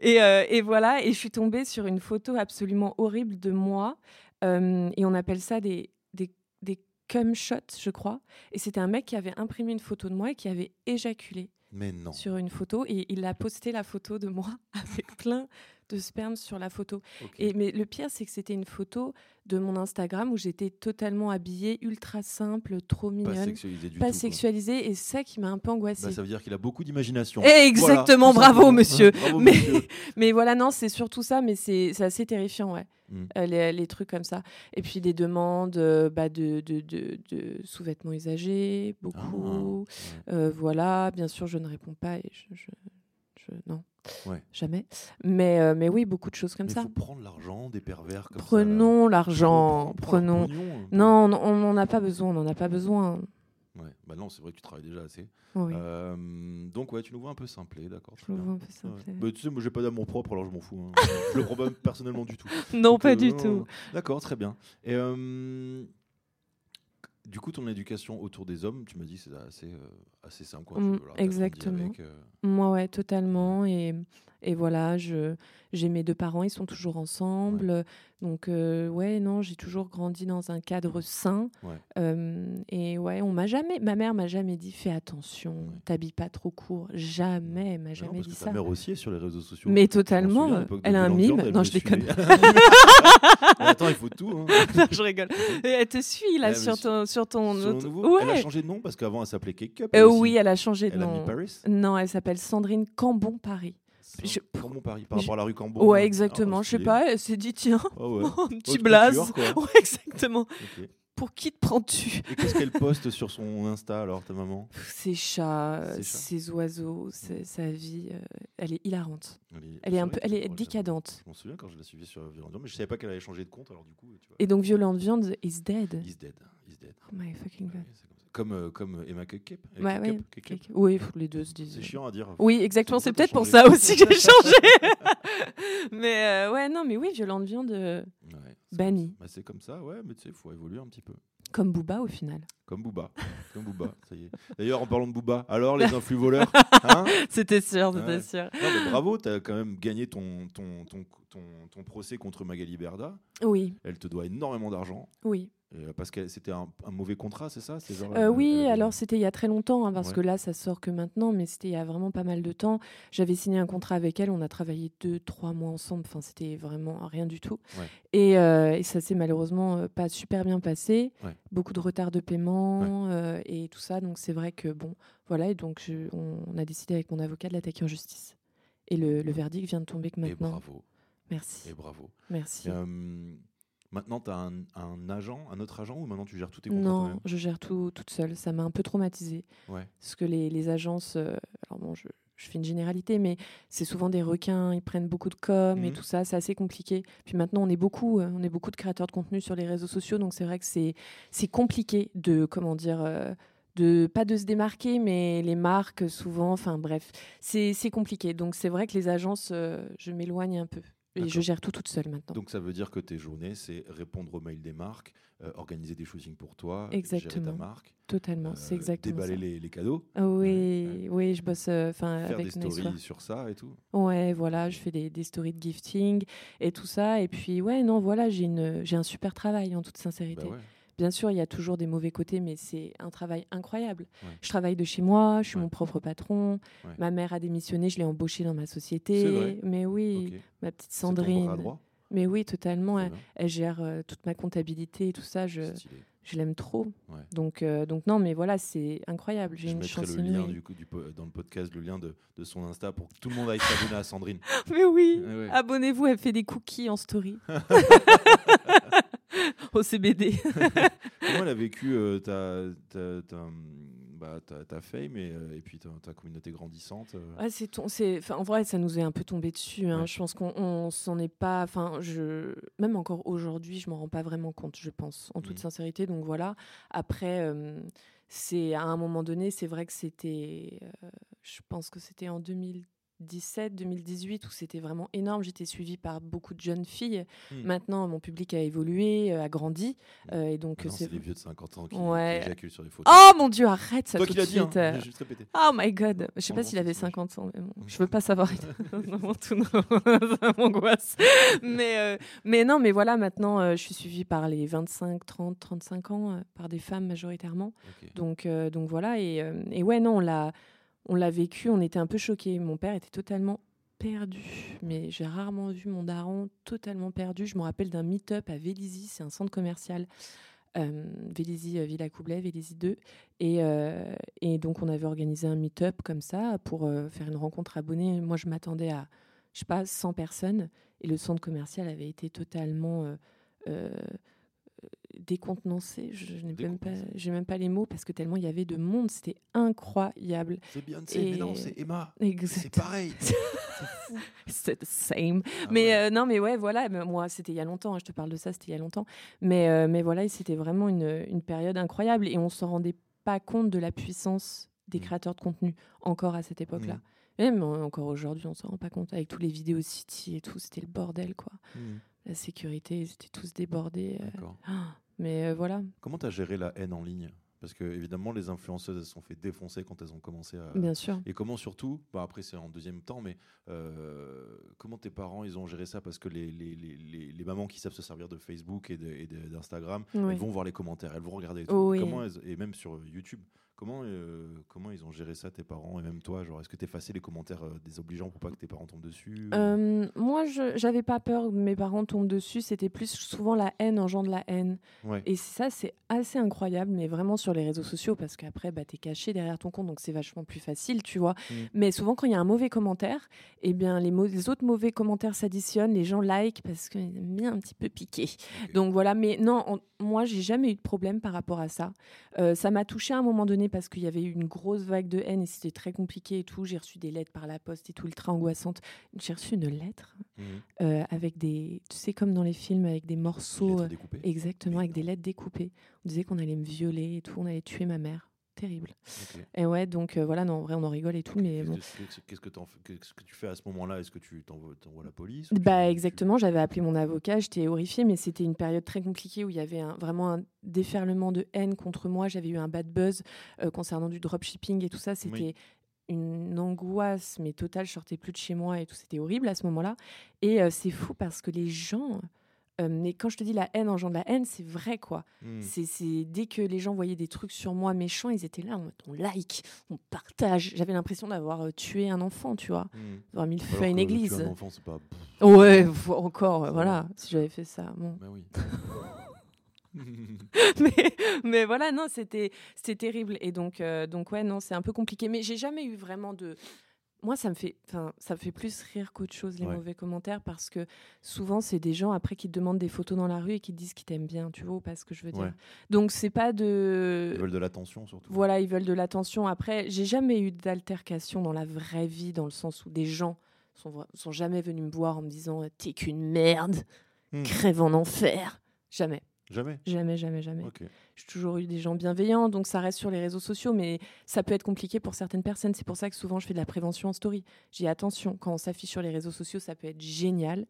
Speaker 3: et, euh, et voilà, et je suis tombée sur une photo absolument horrible de moi. Euh, et on appelle ça des, des, des cum shots, je crois. Et c'était un mec qui avait imprimé une photo de moi et qui avait éjaculé
Speaker 2: Mais non.
Speaker 3: sur une photo. Et il a posté la photo de moi [laughs] avec plein de sperme sur la photo.
Speaker 2: ok.
Speaker 3: Et, mais le pire, c'est que c'était une photo de mon Instagram où j'étais totalement habillée, ultra simple, trop
Speaker 2: Pas
Speaker 3: mignonne,
Speaker 2: sexualisé du
Speaker 3: pas
Speaker 2: tout. quoi.
Speaker 3: sexualisée, et c'est ça qui m'a un peu angoissée.
Speaker 2: Bah, ça veut dire qu'il a beaucoup d'imagination.
Speaker 3: Eh, exactement,
Speaker 2: Voilà, tout
Speaker 3: bravo
Speaker 2: simplement.
Speaker 3: monsieur.
Speaker 2: Bravo,
Speaker 3: Mais-
Speaker 2: monsieur.
Speaker 3: Mais voilà, non, c'est surtout ça, mais c'est c'est assez terrifiant, ouais.
Speaker 2: Mm.
Speaker 3: Euh, les, les trucs comme ça. Et puis des demandes euh, bah, de, de, de- de sous-vêtements usagés, beaucoup.
Speaker 2: Ah,
Speaker 3: Euh, voilà, bien sûr, je ne réponds pas et je. je- je- non,
Speaker 2: Ouais.
Speaker 3: jamais. Mais, euh, mais oui, beaucoup de choses comme
Speaker 2: Mais
Speaker 3: ça.
Speaker 2: faut prendre l'argent des pervers comme ça, euh, là.
Speaker 3: Prenons l'argent,
Speaker 2: Prends- prends leur
Speaker 3: prenons.
Speaker 2: pognon, euh.
Speaker 3: Non, on- on n'en a pas besoin, on n'en a pas besoin.
Speaker 2: Ouais. Bah non, c'est vrai que tu travailles déjà assez.
Speaker 3: Oui,
Speaker 2: Euh, donc ouais, tu nous vois un peu simplé, d'accord.
Speaker 3: je
Speaker 2: très
Speaker 3: le
Speaker 2: bien.
Speaker 3: vois un peu ça.
Speaker 2: Ouais.
Speaker 3: c'est-
Speaker 2: Bah, tu sais, moi j'ai pas d'amour propre, alors je m'en fous. hein. je le prends pas personnellement du tout.
Speaker 3: [laughs] Non,
Speaker 2: Donc,
Speaker 3: pas
Speaker 2: euh,
Speaker 3: du
Speaker 2: non,
Speaker 3: tout.
Speaker 2: non. D'accord, très bien. Et euh, du coup, ton éducation autour des hommes, tu m'as dit, c'est assez, euh, assez simple. Quoi. Tu-
Speaker 3: Mm,
Speaker 2: voilà, t'as grandi
Speaker 3: exactement.
Speaker 2: avec, euh,
Speaker 3: Moi, ouais, totalement. Et, et voilà, je, j'ai mes deux parents, ils sont toujours ensemble. Donc, euh, ouais, non, j'ai toujours grandi dans un cadre sain.
Speaker 2: Ouais.
Speaker 3: Euh, et ouais, on m'a jamais, ma mère m'a jamais dit fais attention,
Speaker 2: Ouais.
Speaker 3: t'habilles pas trop court. Jamais, elle m'a
Speaker 2: non,
Speaker 3: jamais
Speaker 2: parce
Speaker 3: dit
Speaker 2: que
Speaker 3: ça.
Speaker 2: ta mère aussi est sur les réseaux sociaux.
Speaker 3: Mais
Speaker 2: Je m'en
Speaker 3: totalement,
Speaker 2: souviens, à
Speaker 3: euh,
Speaker 2: l'époque de
Speaker 3: elle a un
Speaker 2: Boulan
Speaker 3: mime.
Speaker 2: Viande, elle
Speaker 3: non,
Speaker 2: me
Speaker 3: je déconne.
Speaker 2: suivait.
Speaker 3: [laughs]
Speaker 2: Mais Attends, il faut tout. hein.
Speaker 3: Non, je rigole. Et elle te suit là
Speaker 2: Elle me
Speaker 3: sur
Speaker 2: suit.
Speaker 3: ton, sur ton
Speaker 2: Son
Speaker 3: autre-
Speaker 2: Ah, nouveau, Elle a
Speaker 3: Ouais.
Speaker 2: changé de nom parce qu'avant, elle s'appelait Cake Cup.
Speaker 3: Euh,
Speaker 2: elle aussi.
Speaker 3: oui, elle a changé de
Speaker 2: Elle a mis
Speaker 3: nom.
Speaker 2: Paris.
Speaker 3: Non, elle s'appelle Sandrine Cambon Paris.
Speaker 2: C'est
Speaker 3: Je-
Speaker 2: un Cambon Paris, par
Speaker 3: je-
Speaker 2: rapport à la rue Cambon.
Speaker 3: ouais,
Speaker 2: hein.
Speaker 3: exactement.
Speaker 2: Ah,
Speaker 3: je sais
Speaker 2: stylé.
Speaker 3: pas, elle s'est dit tiens, [laughs]
Speaker 2: Ah ouais.
Speaker 3: un petit
Speaker 2: couture,
Speaker 3: blaze. [laughs]
Speaker 2: quoi.
Speaker 3: Ouais, exactement.
Speaker 2: Ok.
Speaker 3: Pour qui te prends-tu
Speaker 2: Et qu'est-ce qu'elle poste sur son Insta alors, ta maman
Speaker 3: Pff, Ses chats, euh,
Speaker 2: Ses chats.
Speaker 3: ses oiseaux, sa- sa vie, euh, elle est hilarante.
Speaker 2: Elle est,
Speaker 3: Elle est
Speaker 2: c'est
Speaker 3: un
Speaker 2: vrai
Speaker 3: peu,
Speaker 2: que
Speaker 3: elle
Speaker 2: je crois
Speaker 3: est
Speaker 2: que j'avais-
Speaker 3: décadente.
Speaker 2: Je m'en souviens quand je la suivais sur Violent, mais je savais pas qu'elle avait changé de compte, alors du coup, tu vois.
Speaker 3: Et donc Violente Viande is dead.
Speaker 2: He's dead. He's dead.
Speaker 3: Oh my fucking
Speaker 2: Ouais,
Speaker 3: god.
Speaker 2: c'est comme ça. Comme, euh, comme Emma Cupcake. euh,
Speaker 3: Ouais,
Speaker 2: Cupcake,
Speaker 3: ouais,
Speaker 2: Cupcake.
Speaker 3: Oui, pff, les deux se disent.
Speaker 2: C'est chiant à dire.
Speaker 3: Oui, exactement.
Speaker 2: C'est
Speaker 3: C'est
Speaker 2: pour ça
Speaker 3: peut-être
Speaker 2: que
Speaker 3: pour
Speaker 2: t'as
Speaker 3: ça aussi que [laughs] j'ai changé. [laughs] mais euh, ouais, non, mais oui, Violente Viande euh,
Speaker 2: Ouais, c'est-
Speaker 3: bannie.
Speaker 2: bah, c'est comme ça, ouais, mais tu sais, il faut évoluer un petit peu.
Speaker 3: Comme Booba au final.
Speaker 2: Comme Booba. Comme Booba, ça y est. D'ailleurs, en parlant de Booba, alors les influx voleurs, hein
Speaker 3: C'était sûr,
Speaker 2: Ouais.
Speaker 3: c'était sûr.
Speaker 2: Non, mais Bravo, t'as quand même gagné ton, ton, ton, ton, ton procès contre Magali Berda.
Speaker 3: Oui,
Speaker 2: Elle te doit énormément d'argent.
Speaker 3: oui.
Speaker 2: euh, Parce que c'était un, un mauvais contrat, c'est ça C'est genre,
Speaker 3: Euh,
Speaker 2: elle- elle
Speaker 3: oui,
Speaker 2: avait-
Speaker 3: alors c'était il y a très longtemps, hein, parce
Speaker 2: Ouais.
Speaker 3: que là, ça sort que maintenant, mais c'était il y a vraiment pas mal de temps. J'avais signé un contrat avec elle, on a travaillé deux, trois mois ensemble, enfin, c'était vraiment rien du tout.
Speaker 2: Ouais.
Speaker 3: Et, euh, et ça s'est malheureusement euh, pas super bien passé.
Speaker 2: Ouais.
Speaker 3: Beaucoup de retard de paiement euh, et tout ça, donc c'est vrai que, bon, voilà, et donc je- on, on a décidé avec mon avocat de l'attaquer en justice. Et le, le verdict vient de tomber que
Speaker 2: Et
Speaker 3: maintenant.
Speaker 2: bravo,
Speaker 3: Merci,
Speaker 2: et bravo.
Speaker 3: merci.
Speaker 2: Et, euh, maintenant, tu as un, un agent, un autre agent, ou maintenant tu gères tous tes contrats
Speaker 3: Non, je gère tout toute seule. Ça m'a un peu traumatisée.
Speaker 2: Ouais.
Speaker 3: Parce que les, les agences, euh, alors bon, je, je fais une généralité, mais c'est souvent des requins, ils prennent beaucoup de com et
Speaker 2: Mhm.
Speaker 3: tout ça, c'est assez compliqué. Puis maintenant, on est beaucoup, euh, on est beaucoup de créateurs de contenu sur les réseaux sociaux, donc c'est vrai que c'est c'est compliqué de, comment dire, euh, de, pas de se démarquer, mais les marques, souvent, enfin bref, c'est c'est compliqué. Donc c'est vrai que les agences, euh, je m'éloigne un peu. Et je
Speaker 2: D'accord.
Speaker 3: gère tout toute seule maintenant.
Speaker 2: Donc ça veut dire que tes journées, c'est répondre aux mails des marques, euh, organiser des shootings pour toi, gérer ta
Speaker 3: Exactement.
Speaker 2: marque,
Speaker 3: Totalement,
Speaker 2: euh,
Speaker 3: c'est exactement
Speaker 2: déballer
Speaker 3: ça.
Speaker 2: les, les cadeaux,
Speaker 3: Ah Oui, oui, je bosse euh, enfin
Speaker 2: faire des
Speaker 3: avec
Speaker 2: stories
Speaker 3: Nicewear.
Speaker 2: sur ça et tout.
Speaker 3: Ouais, voilà, je fais des, des stories de gifting et tout ça. Et puis, ouais, non, voilà, j'ai une- j'ai un super travail en toute sincérité.
Speaker 2: Bah ouais.
Speaker 3: Bien sûr, il y a toujours des mauvais côtés, mais c'est un travail incroyable.
Speaker 2: Ouais.
Speaker 3: Je travaille de chez moi, je suis
Speaker 2: Ouais.
Speaker 3: mon propre patron.
Speaker 2: Ouais.
Speaker 3: Ma mère a démissionné, je l'ai embauchée dans ma
Speaker 2: C'est vrai
Speaker 3: société. Mais oui,
Speaker 2: ok.
Speaker 3: ma petite
Speaker 2: C'est ton bras
Speaker 3: Sandrine.
Speaker 2: droit
Speaker 3: Mais oui, totalement.
Speaker 2: Très
Speaker 3: Elle,
Speaker 2: bien.
Speaker 3: elle gère euh, toute ma comptabilité et tout ça. Je,
Speaker 2: Eh ben, Stylé.
Speaker 3: je l'aime trop.
Speaker 2: Ouais.
Speaker 3: Donc, euh, donc non, mais voilà, c'est incroyable. J'ai
Speaker 2: Je
Speaker 3: une
Speaker 2: mettrai
Speaker 3: chance
Speaker 2: le lien
Speaker 3: inouïe.
Speaker 2: du, coup, du po- dans le podcast, le lien de, de son Insta pour que tout le monde aille s'abonner à
Speaker 3: [laughs]
Speaker 2: Sandrine. Eh [laughs]
Speaker 3: Mais oui,
Speaker 2: Ouais, ouais.
Speaker 3: abonnez-vous. Elle fait des cookies
Speaker 2: [laughs]
Speaker 3: en story. Au CBD.
Speaker 2: Comment elle a vécu euh, ta, ta, ta- bah, ta- ta fame et, euh, et puis ta, ta communauté grandissante euh,
Speaker 3: Ouais, c'est ton- c'est- enfin, en vrai, ça nous est un peu tombé dessus. hein.
Speaker 2: Ouais.
Speaker 3: Je pense qu'on on s'en est pas. Enfin, je même encore aujourd'hui, je m'en rends pas vraiment compte. Je pense, en toute
Speaker 2: Mhm.
Speaker 3: sincérité. Donc voilà. Après, euh, c'est à un moment donné, c'est vrai que c'était. euh, je pense que c'était en 2017, 2018 où c'était vraiment énorme. J'étais suivie par beaucoup de jeunes filles.
Speaker 2: Mhm.
Speaker 3: Maintenant, mon public a évolué, euh, a grandi, euh, et donc
Speaker 2: Maintenant,
Speaker 3: c'est.
Speaker 2: Mm. Ah c'est des vieux de 50 ans qui,
Speaker 3: Ouais.
Speaker 2: qui éjaculent sur les photos.
Speaker 3: Oh mon dieu, arrête ça
Speaker 2: Toi
Speaker 3: tout
Speaker 2: qui
Speaker 3: de
Speaker 2: l'as dit, hein,
Speaker 3: suite. euh.
Speaker 2: j'ai juste répété.
Speaker 3: Oh my god, je sais
Speaker 2: On
Speaker 3: pas
Speaker 2: le
Speaker 3: s'il
Speaker 2: voit,
Speaker 3: avait
Speaker 2: c'est dommage.
Speaker 3: 50 ans, mais bon, je veux pas savoir. [laughs] Non, non, tout, non, [laughs] ça m'angoisse. Mais, euh, mais non, mais voilà, maintenant, euh, je suis suivie par les 25, 30, 35 ans, euh, par des femmes majoritairement.
Speaker 2: Ok.
Speaker 3: Donc, euh, donc voilà, et, euh, et ouais, non, on l'a, on l'a vécu, on était un peu choqués. Mon père était totalement perdu, mais j'ai rarement vu mon daron totalement perdu. Je me rappelle d'un meet-up à Vélizy, c'est un centre commercial. Euh, Vélizy, euh, Villa Coublet, Vélizy 2. Et, euh, et donc, on avait organisé un meet-up comme ça pour euh, faire une rencontre abonnée. Moi, je m'attendais à, je sais pas, 100 personnes. Et le centre commercial avait été totalement euh, euh, décontenancé. Je, je n'ai même pas,
Speaker 2: Décontenancé.
Speaker 3: j'ai même pas les mots parce que tellement il y avait de monde, c'était incroyable.
Speaker 2: C'est Beyoncé, mais non,
Speaker 3: Et-
Speaker 2: c'est
Speaker 3: [laughs]
Speaker 2: Emma. C'est
Speaker 3: Exact.
Speaker 2: pareil.
Speaker 3: C'est the same.
Speaker 2: Ah
Speaker 3: [laughs] mais
Speaker 2: ouais.
Speaker 3: euh, non, mais ouais, voilà. mais Moi, c'était il y a longtemps. hein, je te parle de ça, c'était il y a longtemps. Mais euh, mais voilà, et c'était vraiment une, une période incroyable et on se rendait pas compte de la puissance des
Speaker 2: Mhm.
Speaker 3: créateurs de contenu encore à cette époque-là.
Speaker 2: Mhm.
Speaker 3: Même euh, encore aujourd'hui, on s'en rend pas compte avec tous les vidéos City et tout. C'était le bordel, quoi.
Speaker 2: Mhm.
Speaker 3: La sécurité, ils étaient tous débordés. euh.
Speaker 2: D'accord.
Speaker 3: Ah, [gasps] mais euh, voilà,
Speaker 2: Comment t'as géré la haine en ligne Parce que évidemment, les influenceuses, elles se sont fait défoncer quand elles ont commencé à.
Speaker 3: bien sûr.
Speaker 2: Et comment surtout, bah après c'est en deuxième temps, mais euh, comment tes parents ils ont géré ça Parce que les, les, les, les- les mamans qui savent se servir de Facebook et de- et de- d'Instagram,
Speaker 3: Ouais.
Speaker 2: elles vont voir les commentaires, elles vont regarder. et tout.
Speaker 3: Oh oui.
Speaker 2: Comment elles- et même sur euh, YouTube, comment, euh, comment ils ont géré ça tes parents et même toi Genre, Est-ce que tu effacé les commentaires euh, désobligeants pour pas que tes parents tombent dessus
Speaker 3: Euh, moi, je j'avais pas peur que mes parents tombent dessus. C'était plus souvent la haine engendre la haine.
Speaker 2: Ouais.
Speaker 3: Et ça, c'est assez incroyable, mais vraiment sur les réseaux sociaux, parce qu'après, bah, t'es caché derrière ton compte, donc c'est vachement plus facile, tu vois.
Speaker 2: Mm.
Speaker 3: Mais souvent, quand il y a un mauvais commentaire, eh bien, les, mau- les autres mauvais commentaires s'additionnent, les gens like parce qu'ils aiment bien un petit peu piquer.
Speaker 2: Ok.
Speaker 3: Donc voilà, mais non, en- moi, j'ai jamais eu de problème par rapport à ça. Euh, ça m'a touché à un moment donné parce qu'il y avait eu une grosse vague de haine et c'était très compliqué et tout. J'ai reçu des lettres par la poste et tout, ultra angoissante. J'ai reçu une lettre
Speaker 2: Mhm.
Speaker 3: euh, avec des, tu sais, comme dans les films, avec des
Speaker 2: Les
Speaker 3: morceaux.
Speaker 2: lettres
Speaker 3: euh,
Speaker 2: découpées
Speaker 3: Exactement,
Speaker 2: Mais
Speaker 3: avec des
Speaker 2: non.
Speaker 3: lettres découpées. On disait qu'on allait me violer et tout, on allait tuer ma mère. Terrible.
Speaker 2: Ok.
Speaker 3: Et ouais, donc euh, voilà, non, en vrai, on en rigole et tout, mais
Speaker 2: Qu'est-ce
Speaker 3: bon.
Speaker 2: que- qu'est-ce que- Qu'est-ce que, t'en fais- qu'est-ce que tu fais à ce moment-là Est-ce que tu t'envoies t'envoies la police ou tu-
Speaker 3: Bah
Speaker 2: tu-
Speaker 3: exactement, j'avais appelé mon avocat, j'étais horrifiée, mais c'était une période très compliquée où il y avait un- vraiment un déferlement de haine contre moi. J'avais eu un bad buzz euh, concernant du dropshipping et tout ça. C'était une angoisse, mais totale. Je sortais plus de chez moi et tout. C'était horrible à ce moment-là. Et euh, c'est fou parce que les gens. euh, mais quand je te dis la haine engendre la haine, c'est vrai quoi.
Speaker 2: Mhm.
Speaker 3: C'est, c'est- dès que les gens voyaient des trucs sur moi méchants, ils étaient là en mode on like, on partage. J'avais l'impression d'avoir euh, tué un enfant, tu vois,
Speaker 2: Mhm.
Speaker 3: d'avoir mis le
Speaker 2: Alors
Speaker 3: feu à une
Speaker 2: que tuer
Speaker 3: église.
Speaker 2: Un enfant, c'est pas.
Speaker 3: Ouais, vo- encore,
Speaker 2: Ça
Speaker 3: voilà,
Speaker 2: va.
Speaker 3: si j'avais fait ça. Bon. [laughs]
Speaker 2: Bah oui.
Speaker 3: mais, mais voilà, non, c'était, c'était terrible. Et donc, euh, donc, ouais, non, c'est un peu compliqué. Mais j'ai jamais eu vraiment de. Moi, ça me fait, enfin, ça me fait plus rire qu'autre chose, les
Speaker 2: Ouais.
Speaker 3: mauvais commentaires, parce que souvent, c'est des gens après qui te demandent des photos dans la rue et qui te disent qu'ils t'aiment bien, tu vois, ou pas ce que je veux dire.
Speaker 2: Ouais.
Speaker 3: Donc, c'est pas de.
Speaker 2: Ils veulent de l'attention surtout.
Speaker 3: Voilà, ils veulent de l'attention. Après, j'ai jamais eu d'altercation dans la vraie vie, dans le sens où des gens sont, vra- sont jamais venus me voir en me disant euh, T'es qu'une merde,
Speaker 2: Hmm.
Speaker 3: crève en enfer. Jamais.
Speaker 2: Jamais.
Speaker 3: Jamais, jamais, jamais.
Speaker 2: Ok.
Speaker 3: J'ai toujours eu des gens bienveillants, donc ça reste sur les réseaux sociaux, mais ça peut être compliqué pour certaines personnes. C'est pour ça que souvent je fais de la prévention en story. J'ai dis attention, quand on s'affiche sur les réseaux sociaux, ça peut être génial.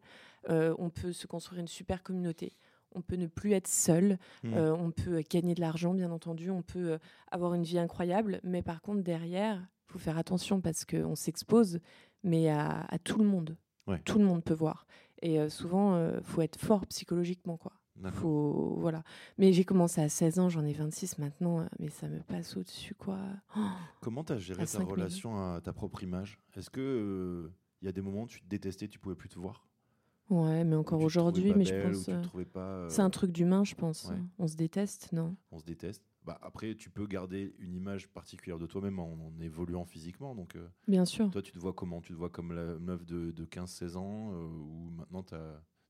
Speaker 3: Euh, on peut se construire une super communauté. On peut ne plus être seul.
Speaker 2: Hmm.
Speaker 3: Euh, on peut gagner de l'argent, bien entendu. On peut euh, avoir une vie incroyable, mais par contre derrière, faut faire attention parce qu'on s'expose, mais à, à tout le monde.
Speaker 2: Ouais.
Speaker 3: Tout le monde peut voir. Et euh, souvent, euh, faut être fort psychologiquement, quoi.
Speaker 2: D'accord.
Speaker 3: Faut, voilà. Mais j'ai commencé à 16 ans, j'en ai 26 maintenant, euh, mais ça me passe au-dessus, quoi. Oh,
Speaker 2: Comment t'as géré
Speaker 3: À
Speaker 2: ta
Speaker 3: cinq minutes.
Speaker 2: relation à ta propre image Est-ce que euh, il y a des moments où tu te détestais, tu pouvais plus te voir
Speaker 3: ouais, mais encore
Speaker 2: Ou tu te trouvais
Speaker 3: aujourd'hui,
Speaker 2: pas
Speaker 3: mais je
Speaker 2: belle, ou
Speaker 3: pense.
Speaker 2: tu te
Speaker 3: euh,
Speaker 2: trouvais pas, euh,
Speaker 3: C'est un truc d'humain, je pense. hein.
Speaker 2: ouais.
Speaker 3: On se déteste, non
Speaker 2: On se déteste. Bah, après, tu peux garder une image particulière de toi-même en, en évoluant physiquement. Donc, euh,
Speaker 3: Bien sûr.
Speaker 2: toi, tu te vois comment Tu te vois comme la meuf de, de 15-16 ans euh, ou maintenant t'as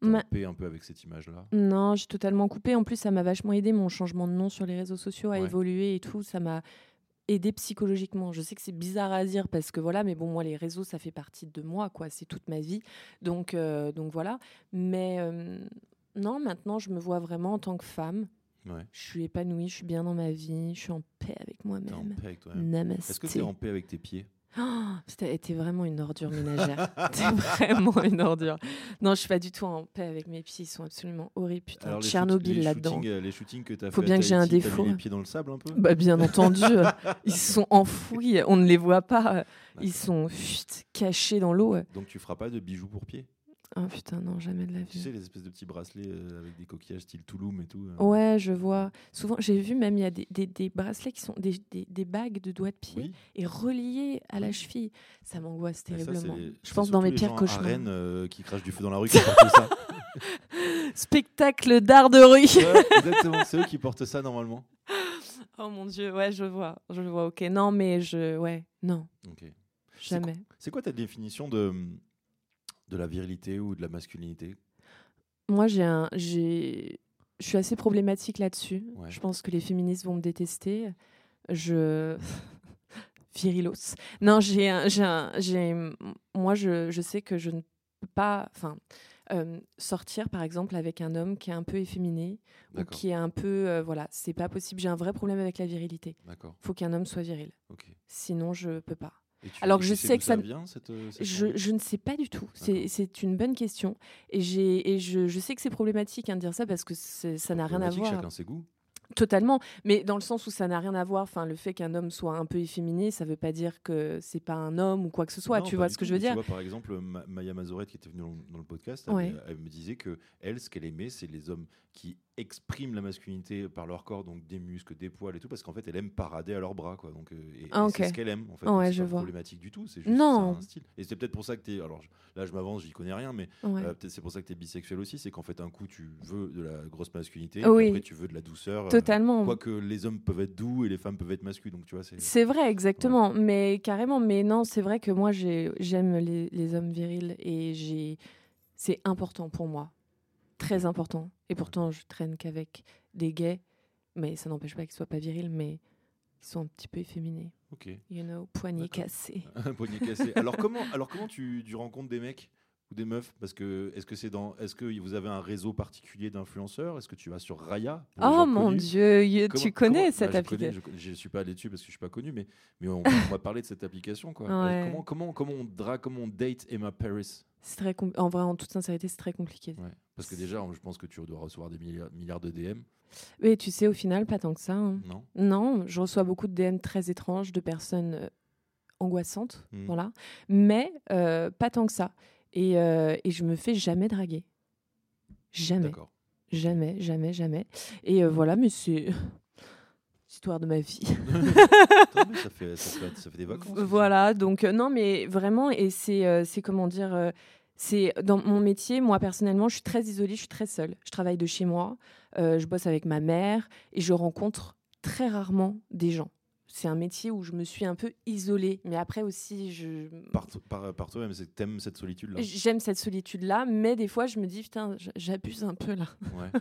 Speaker 3: Ma-
Speaker 2: as paix un peu avec cette image-là
Speaker 3: Non, j'ai totalement coupé. En plus, ça m'a vachement aidé mon changement de nom sur les réseaux sociaux à
Speaker 2: Ouais.
Speaker 3: évoluer et tout. Ça m'a aidé psychologiquement. Je sais que c'est bizarre à dire parce que voilà, mais bon, moi, les réseaux, ça fait partie de moi, quoi. C'est toute ma vie. Donc, euh, donc voilà. Mais euh, non, maintenant, je me vois vraiment en tant que femme.
Speaker 2: Ouais.
Speaker 3: Je suis épanouie, je suis bien dans ma vie, je suis en paix avec
Speaker 2: T'es en
Speaker 3: moi-même.
Speaker 2: paix avec toi-même.
Speaker 3: Namasté.
Speaker 2: Est-ce que t'es en paix avec tes pieds
Speaker 3: Oh, c'était- t'es vraiment une
Speaker 2: [laughs]
Speaker 3: ordure ménagère. t'es vraiment une ordure. Non, je suis pas du tout en paix avec mes pieds. Ils sont absolument horribles. Putain,
Speaker 2: Alors, les shoot-
Speaker 3: Tchernobyl
Speaker 2: les
Speaker 3: là-dedans.
Speaker 2: shootings, euh, Les shootings que t'as
Speaker 3: Faut
Speaker 2: fait. à
Speaker 3: bien que j'ai un
Speaker 2: Tahiti, t'as mis
Speaker 3: défaut.
Speaker 2: les pieds dans le sable un peu [laughs]
Speaker 3: Bah, bien entendu, ils sont enfouis. On ne les voit pas. Ils sont fuite, cachés dans l'eau.
Speaker 2: Donc, tu feras pas de bijoux pour pieds
Speaker 3: Oh putain, non, jamais de la
Speaker 2: Tu sais,
Speaker 3: vie.
Speaker 2: les espèces de petits bracelets euh, avec des coquillages style Touloum et tout. euh.
Speaker 3: Ouais, je vois. Souvent, j'ai vu même il y a des, des- des bracelets qui sont des, des- des bagues de doigts de pied
Speaker 2: Oui.
Speaker 3: et reliées à la cheville. Ça m'angoisse
Speaker 2: Mais ça, c'est
Speaker 3: terriblement.
Speaker 2: les-
Speaker 3: je
Speaker 2: c'est
Speaker 3: pense dans
Speaker 2: surtout
Speaker 3: mes
Speaker 2: les
Speaker 3: pires
Speaker 2: gens
Speaker 3: cauchemars.
Speaker 2: À Rennes, euh, qui crachent du feu dans la rue, qui portent
Speaker 3: [laughs]
Speaker 2: ça.
Speaker 3: Spectacle d'art de rue.
Speaker 2: Ouais, exactement, c'est eux qui portent ça normalement.
Speaker 3: Oh mon dieu, ouais, je vois, je vois, ok. Non, mais je. Ouais, non,
Speaker 2: Ok. C'est
Speaker 3: jamais.
Speaker 2: C'est quoi ta définition de, de la virilité ou de la masculinité
Speaker 3: Moi, j'ai un. j'ai- Je suis assez problématique là-dessus.
Speaker 2: Ouais.
Speaker 3: Je pense que les féministes vont me détester. Je. [laughs] Virilos. Non, j'ai un. j'ai un- j'ai- Moi, je, je sais que je ne peux pas. Enfin. euh, sortir par exemple avec un homme qui est un peu efféminé ou
Speaker 2: D'accord,
Speaker 3: qui est un peu euh, voilà c'est pas possible j'ai un vrai problème avec la virilité
Speaker 2: d'accord,
Speaker 3: faut qu'un homme soit viril
Speaker 2: ok.
Speaker 3: sinon je peux pas
Speaker 2: Et tu-
Speaker 3: Alors
Speaker 2: et
Speaker 3: que
Speaker 2: tu
Speaker 3: je sais
Speaker 2: d'où
Speaker 3: que ça ne-
Speaker 2: vient, cette, euh, cette
Speaker 3: Je,
Speaker 2: envie
Speaker 3: je ne sais pas du tout.
Speaker 2: D'accord.
Speaker 3: C'est c'est une bonne question. Et, j'ai- et je, je sais que c'est problématique hein, de dire ça parce que c'est- ça n'a rien à
Speaker 2: Problématique,
Speaker 3: voir.
Speaker 2: Chacun ses goûts.
Speaker 3: Totalement. Mais dans le sens où ça n'a rien à voir, enfin, le fait qu'un homme soit un peu efféminé, ça ne veut pas dire que c'est pas un homme ou quoi que ce soit.
Speaker 2: Non,
Speaker 3: tu
Speaker 2: pas
Speaker 3: vois
Speaker 2: du
Speaker 3: ce que
Speaker 2: tout,
Speaker 3: je veux
Speaker 2: mais
Speaker 3: dire
Speaker 2: Tu vois, par exemple, euh, Ma- Maya Mazoret, qui était venue dans, dans le podcast, elle,
Speaker 3: Ouais.
Speaker 2: elle me disait que elle, ce qu'elle aimait, c'est les hommes qui expriment la masculinité par leur corps, donc des muscles, des poils et tout, parce qu'en fait, elle aime parader à leurs bras, quoi. Donc, euh, et,
Speaker 3: Ah,
Speaker 2: et
Speaker 3: ok.
Speaker 2: c'est ce qu'elle aime, en fait.
Speaker 3: Ouais,
Speaker 2: Donc, c'est
Speaker 3: je
Speaker 2: pas
Speaker 3: vois.
Speaker 2: problématique du tout, c'est juste
Speaker 3: Non.
Speaker 2: c'est un style. Et c'est peut-être pour ça que t'es. Alors je- là, je m'avance, j'y connais rien, mais
Speaker 3: Ouais.
Speaker 2: euh, peut-être c'est pour ça que t'es bisexuel aussi, c'est qu'en fait, un coup, tu veux de la grosse masculinité, et
Speaker 3: Oui.
Speaker 2: puis après, tu veux de la douceur. euh,
Speaker 3: Totalement.
Speaker 2: Quoique les hommes peuvent être doux et les femmes peuvent être masculines, donc tu vois, c'est.
Speaker 3: C'est vrai, exactement. Mais carrément, mais non, c'est vrai que moi, j'ai- j'aime les, les hommes virils et j'ai- c'est important pour moi. Très important. Et pourtant, je traîne qu'avec des gays, mais ça n'empêche pas qu'ils soient pas virils, mais ils sont un petit peu efféminés.
Speaker 2: Ok.
Speaker 3: You know, poignée
Speaker 2: D'accord. Ah,
Speaker 3: cassée.
Speaker 2: [laughs] Un poignet cassé. Alors comment, alors comment tu, tu rencontres des mecs ou des meufs Parce que est-ce que c'est dans, est-ce que vous avez un réseau particulier d'influenceurs Est-ce que tu vas sur Raya pour les
Speaker 3: Oh
Speaker 2: gens
Speaker 3: mon
Speaker 2: connus
Speaker 3: dieu, you-
Speaker 2: Comment-
Speaker 3: tu connais
Speaker 2: comment-
Speaker 3: cette
Speaker 2: Bah, je connais,
Speaker 3: application.
Speaker 2: Je, ne suis pas allé dessus parce que je suis pas connu, mais mais on, on va parler de cette application quoi. Euh,
Speaker 3: Ouais.
Speaker 2: Comment comment comment on drague, comment on date Emma Paris
Speaker 3: C'est très com- En vrai, en toute sincérité, c'est très compliqué.
Speaker 2: Ouais. Parce que déjà, je pense que tu dois recevoir des milliards, milliards de DM,
Speaker 3: Mais tu sais, au final, pas tant que ça. hein.
Speaker 2: non
Speaker 3: Non, je reçois beaucoup de DM très étranges de personnes euh, angoissantes,
Speaker 2: Mm.
Speaker 3: voilà, mais euh, pas tant que ça. Et, euh, et je me fais jamais draguer. Jamais,
Speaker 2: D'accord.
Speaker 3: jamais, jamais, jamais. Et euh, voilà, mais c'est [laughs] l'histoire de ma vie.
Speaker 2: Attends, mais ça, fait, ça, fait, ça fait des
Speaker 3: [laughs]
Speaker 2: vacances. hein.
Speaker 3: V- Voilà, donc euh, non, mais vraiment, et c'est euh, c'est comment dire, euh, c'est dans mon métier, moi personnellement, je suis très isolée, je suis très seule. Je travaille de chez moi, euh, je bosse avec ma mère et je rencontre très rarement des gens. C'est un métier où je me suis un peu isolée, mais après aussi, je
Speaker 2: Par, par, par toi-même, c'est- t'aimes cette solitude là.
Speaker 3: j'aime cette solitude là, mais des fois, je me dis putain, j- j'abuse un peu là, [laughs]
Speaker 2: Ouais.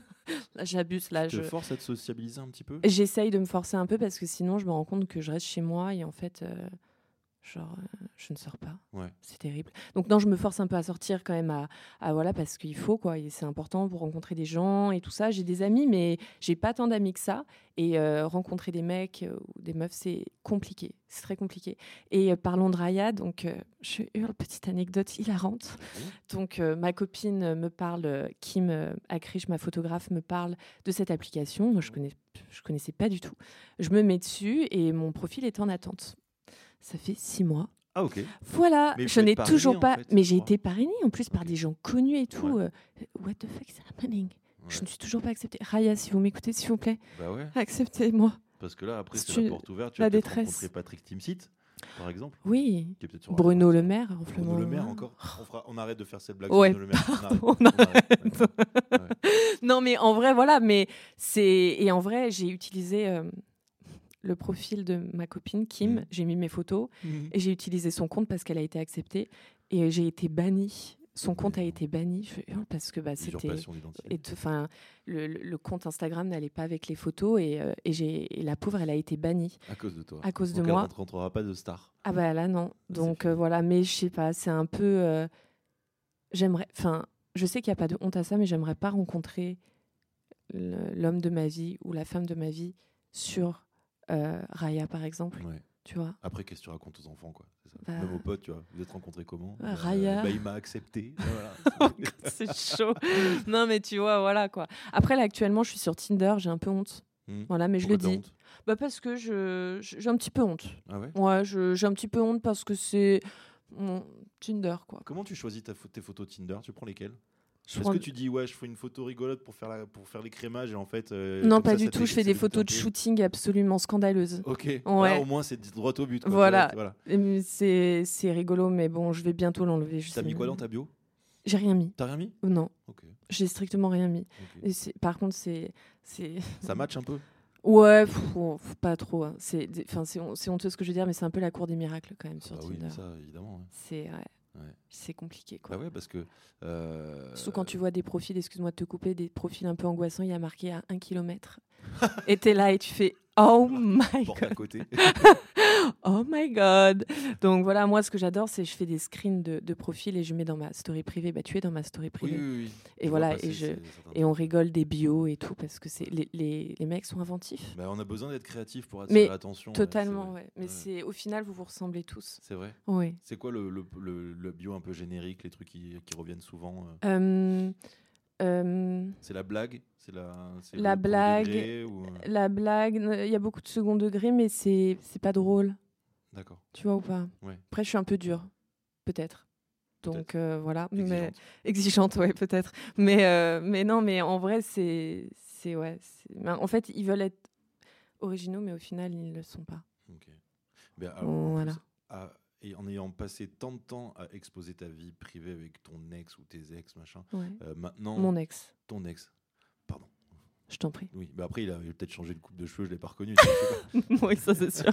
Speaker 3: Là, j'abuse là,
Speaker 2: Tu
Speaker 3: je
Speaker 2: te forces à te sociabiliser un petit peu
Speaker 3: j'essaye de me forcer un peu parce que sinon, je me rends compte que je reste chez moi et en fait, euh, Genre, euh, je ne sors pas.
Speaker 2: Ouais.
Speaker 3: C'est terrible. Donc, non, je me force un peu à sortir quand même, à, à voilà, parce qu'il faut, quoi. Et c'est important pour rencontrer des gens et tout ça. J'ai des amis, mais j'ai pas tant d'amis que ça. Et euh, rencontrer des mecs euh, ou des meufs, c'est compliqué. C'est très compliqué. Et euh, parlons de Raya, donc euh, je hurle, petite anecdote hilarante. Donc euh, ma copine euh, me parle, euh, Kim euh, Akrich, ma photographe, me parle de cette application. Moi, je connais, je connaissais pas du tout. Je me mets dessus et mon profil est en attente. Ça fait six mois.
Speaker 2: Ah, ok.
Speaker 3: Voilà,
Speaker 2: Mais vous
Speaker 3: je
Speaker 2: êtes
Speaker 3: n'ai
Speaker 2: parrainée,
Speaker 3: toujours
Speaker 2: en
Speaker 3: pas.
Speaker 2: fait,
Speaker 3: mais
Speaker 2: je
Speaker 3: j'ai
Speaker 2: crois.
Speaker 3: été parrainée en plus par
Speaker 2: Ok.
Speaker 3: des gens connus et tout.
Speaker 2: Ouais.
Speaker 3: Euh, what the fuck is happening Je
Speaker 2: Ouais.
Speaker 3: ne suis toujours pas acceptée. Raya, si vous m'écoutez, s'il vous plaît,
Speaker 2: Bah ouais.
Speaker 3: acceptez-moi.
Speaker 2: Parce que là, après,
Speaker 3: Si
Speaker 2: c'est
Speaker 3: tu-
Speaker 2: la porte ouverte. Tu
Speaker 3: la
Speaker 2: vas peut-être
Speaker 3: détresse.
Speaker 2: rencontrer Patrick Timsit, par exemple.
Speaker 3: Oui,
Speaker 2: Qui est peut-être sur la
Speaker 3: Bruno
Speaker 2: liste.
Speaker 3: Le Maire, en
Speaker 2: Bruno Le Maire
Speaker 3: Flamand.
Speaker 2: encore. On, fera- on arrête de faire cette blague.
Speaker 3: Ouais,
Speaker 2: sur Bruno le Maire.
Speaker 3: [laughs] pardon, [laughs] on
Speaker 2: Ouais. Ouais.
Speaker 3: [laughs] Non, mais en vrai, voilà. Mais c'est et en vrai, j'ai utilisé euh, le profil de ma copine Kim.
Speaker 2: Mhm.
Speaker 3: J'ai mis mes photos
Speaker 2: Mhm.
Speaker 3: et j'ai utilisé son compte parce qu'elle a été acceptée et euh, j'ai été bannie. Son compte a été banni je hurle, parce que bah, c'était
Speaker 2: Usurpation d'identité.
Speaker 3: et enfin le, le- le compte Instagram n'allait pas avec les photos et, euh, et j'ai et la pauvre elle a été bannie
Speaker 2: À cause de toi.
Speaker 3: à cause de
Speaker 2: Donc, elle
Speaker 3: moi.
Speaker 2: ne rencontrera pas de star.
Speaker 3: Ah bah là non.
Speaker 2: c'est
Speaker 3: Donc
Speaker 2: fini.
Speaker 3: euh, voilà, mais je sais pas, c'est un peu euh, j'aimerais enfin, je sais qu'il n'y a pas de honte à ça mais j'aimerais pas rencontrer le- l'homme de ma vie ou la femme de ma vie sur euh, Raya par exemple,
Speaker 2: Ouais.
Speaker 3: tu
Speaker 2: [laughs]
Speaker 3: vois. [laughs]
Speaker 2: Après, qu'est-ce que tu racontes aux enfants, quoi c'est ça.
Speaker 3: Bah.
Speaker 2: Même aux potes, tu vois. Vous êtes rencontrés comment
Speaker 3: Ah, Raya.
Speaker 2: bah, il m'a
Speaker 3: [laughs]
Speaker 2: accepté. Voilà.
Speaker 3: c'est chaud. non mais tu vois, voilà quoi. Après là actuellement, je suis sur Tinder, j'ai un peu honte.
Speaker 2: Hmm.
Speaker 3: Voilà, mais je
Speaker 2: Pourquoi
Speaker 3: le
Speaker 2: t'as
Speaker 3: dis.
Speaker 2: honte
Speaker 3: Bah parce que je je- j'ai un petit peu honte.
Speaker 2: Ah ouais
Speaker 3: Ouais, je- j'ai un petit peu honte parce que c'est mon Tinder quoi.
Speaker 2: Comment tu choisis ta pho- tes photos Tinder Tu prends lesquelles
Speaker 3: Je
Speaker 2: Est-ce
Speaker 3: prends-
Speaker 2: que tu dis ouais, je fais une photo rigolote pour faire la, pour faire l'écrémage et en fait euh,
Speaker 3: Non,
Speaker 2: comme
Speaker 3: pas
Speaker 2: ça,
Speaker 3: du
Speaker 2: ça
Speaker 3: tout, je fais
Speaker 2: ça
Speaker 3: des
Speaker 2: limite
Speaker 3: photos
Speaker 2: un
Speaker 3: de
Speaker 2: peu
Speaker 3: shooting absolument scandaleuses.
Speaker 2: Ok.
Speaker 3: Ouais.
Speaker 2: Là, au moins c'est droit au but. quoi,
Speaker 3: Voilà.
Speaker 2: direct, voilà.
Speaker 3: Euh, C'est c'est rigolo, mais bon, je vais bientôt l'enlever. je
Speaker 2: T'as
Speaker 3: sais
Speaker 2: mis quoi
Speaker 3: même.
Speaker 2: dans ta bio
Speaker 3: J'ai rien mis. Oh,
Speaker 2: T'as rien mis
Speaker 3: Non,
Speaker 2: Ok.
Speaker 3: j'ai strictement rien mis.
Speaker 2: ok.
Speaker 3: Et c'est- par contre, c'est. c'est- [laughs]
Speaker 2: Ça match un peu.
Speaker 3: Ouais, pff, oh, pff, pas trop. hein. C'est des- 'fin, c'est hon- c'est honteux ce que je veux dire, mais c'est un peu la cour des miracles quand même
Speaker 2: Ah
Speaker 3: sur
Speaker 2: bah oui,
Speaker 3: Tinder.
Speaker 2: ça évidemment. ouais.
Speaker 3: C'est ouais.
Speaker 2: Ouais.
Speaker 3: C'est compliqué. Quoi.
Speaker 2: Bah ouais, parce que. euh,
Speaker 3: Surtout quand tu vois des profils, excuse-moi de te couper, des profils un peu angoissants, il y a marqué à
Speaker 2: [laughs]
Speaker 3: 1 km. et t'es là et tu fais Oh my
Speaker 2: [laughs] porte
Speaker 3: god!
Speaker 2: à
Speaker 3: [laughs]
Speaker 2: côté.
Speaker 3: Oh my god Donc voilà, moi ce que j'adore, c'est je fais des screens de, de profil et je mets dans ma story privée. Bah, tu es dans ma story
Speaker 2: oui,
Speaker 3: privée.
Speaker 2: oui, oui.
Speaker 3: Et
Speaker 2: Je vois
Speaker 3: voilà,
Speaker 2: passer
Speaker 3: et je-
Speaker 2: ces- certains
Speaker 3: Et on rigole des bios et tout parce que c'est les, les, les mecs sont inventifs.
Speaker 2: Bah, on a besoin d'être créatif pour attirer
Speaker 3: Mais
Speaker 2: l'attention. ouais, c'est
Speaker 3: Totalement,
Speaker 2: vrai.
Speaker 3: ouais. Mais
Speaker 2: Ouais.
Speaker 3: c'est au final vous vous ressemblez tous.
Speaker 2: C'est vrai.
Speaker 3: Oui.
Speaker 2: C'est quoi le, le, le- le bio un peu générique, les trucs qui, qui reviennent souvent euh
Speaker 3: Euh, euh,
Speaker 2: C'est la blague C'est la, c'est
Speaker 3: La
Speaker 2: le premier degré ou, euh,
Speaker 3: la blague, n- il y a beaucoup de second degré, mais c'est c'est pas drôle,
Speaker 2: D'accord.
Speaker 3: tu vois ou pas
Speaker 2: Ouais.
Speaker 3: Après, je suis un peu dure, peut-être. Donc
Speaker 2: Peut-être.
Speaker 3: euh, voilà, mais
Speaker 2: Exigeante.
Speaker 3: exigeante, ouais, peut-être. Mais euh, mais non, mais en vrai, c'est c'est ouais. c'est- ben, en fait, ils veulent être originaux, mais au final, ils ne le sont pas.
Speaker 2: Ok. Ben, alors, en plus,
Speaker 3: Voilà.
Speaker 2: à- et en ayant passé tant de temps à exposer ta vie privée avec ton ex ou tes ex, machin,
Speaker 3: Ouais.
Speaker 2: euh, maintenant,
Speaker 3: Mon ex,
Speaker 2: ton ex. Pardon.
Speaker 3: je t'en [laughs] prie.
Speaker 2: Oui, mais après, il a peut-être changé de coupe de cheveux, je ne l'ai pas reconnu. tu vois, je sais pas.
Speaker 3: oui, ça c'est sûr.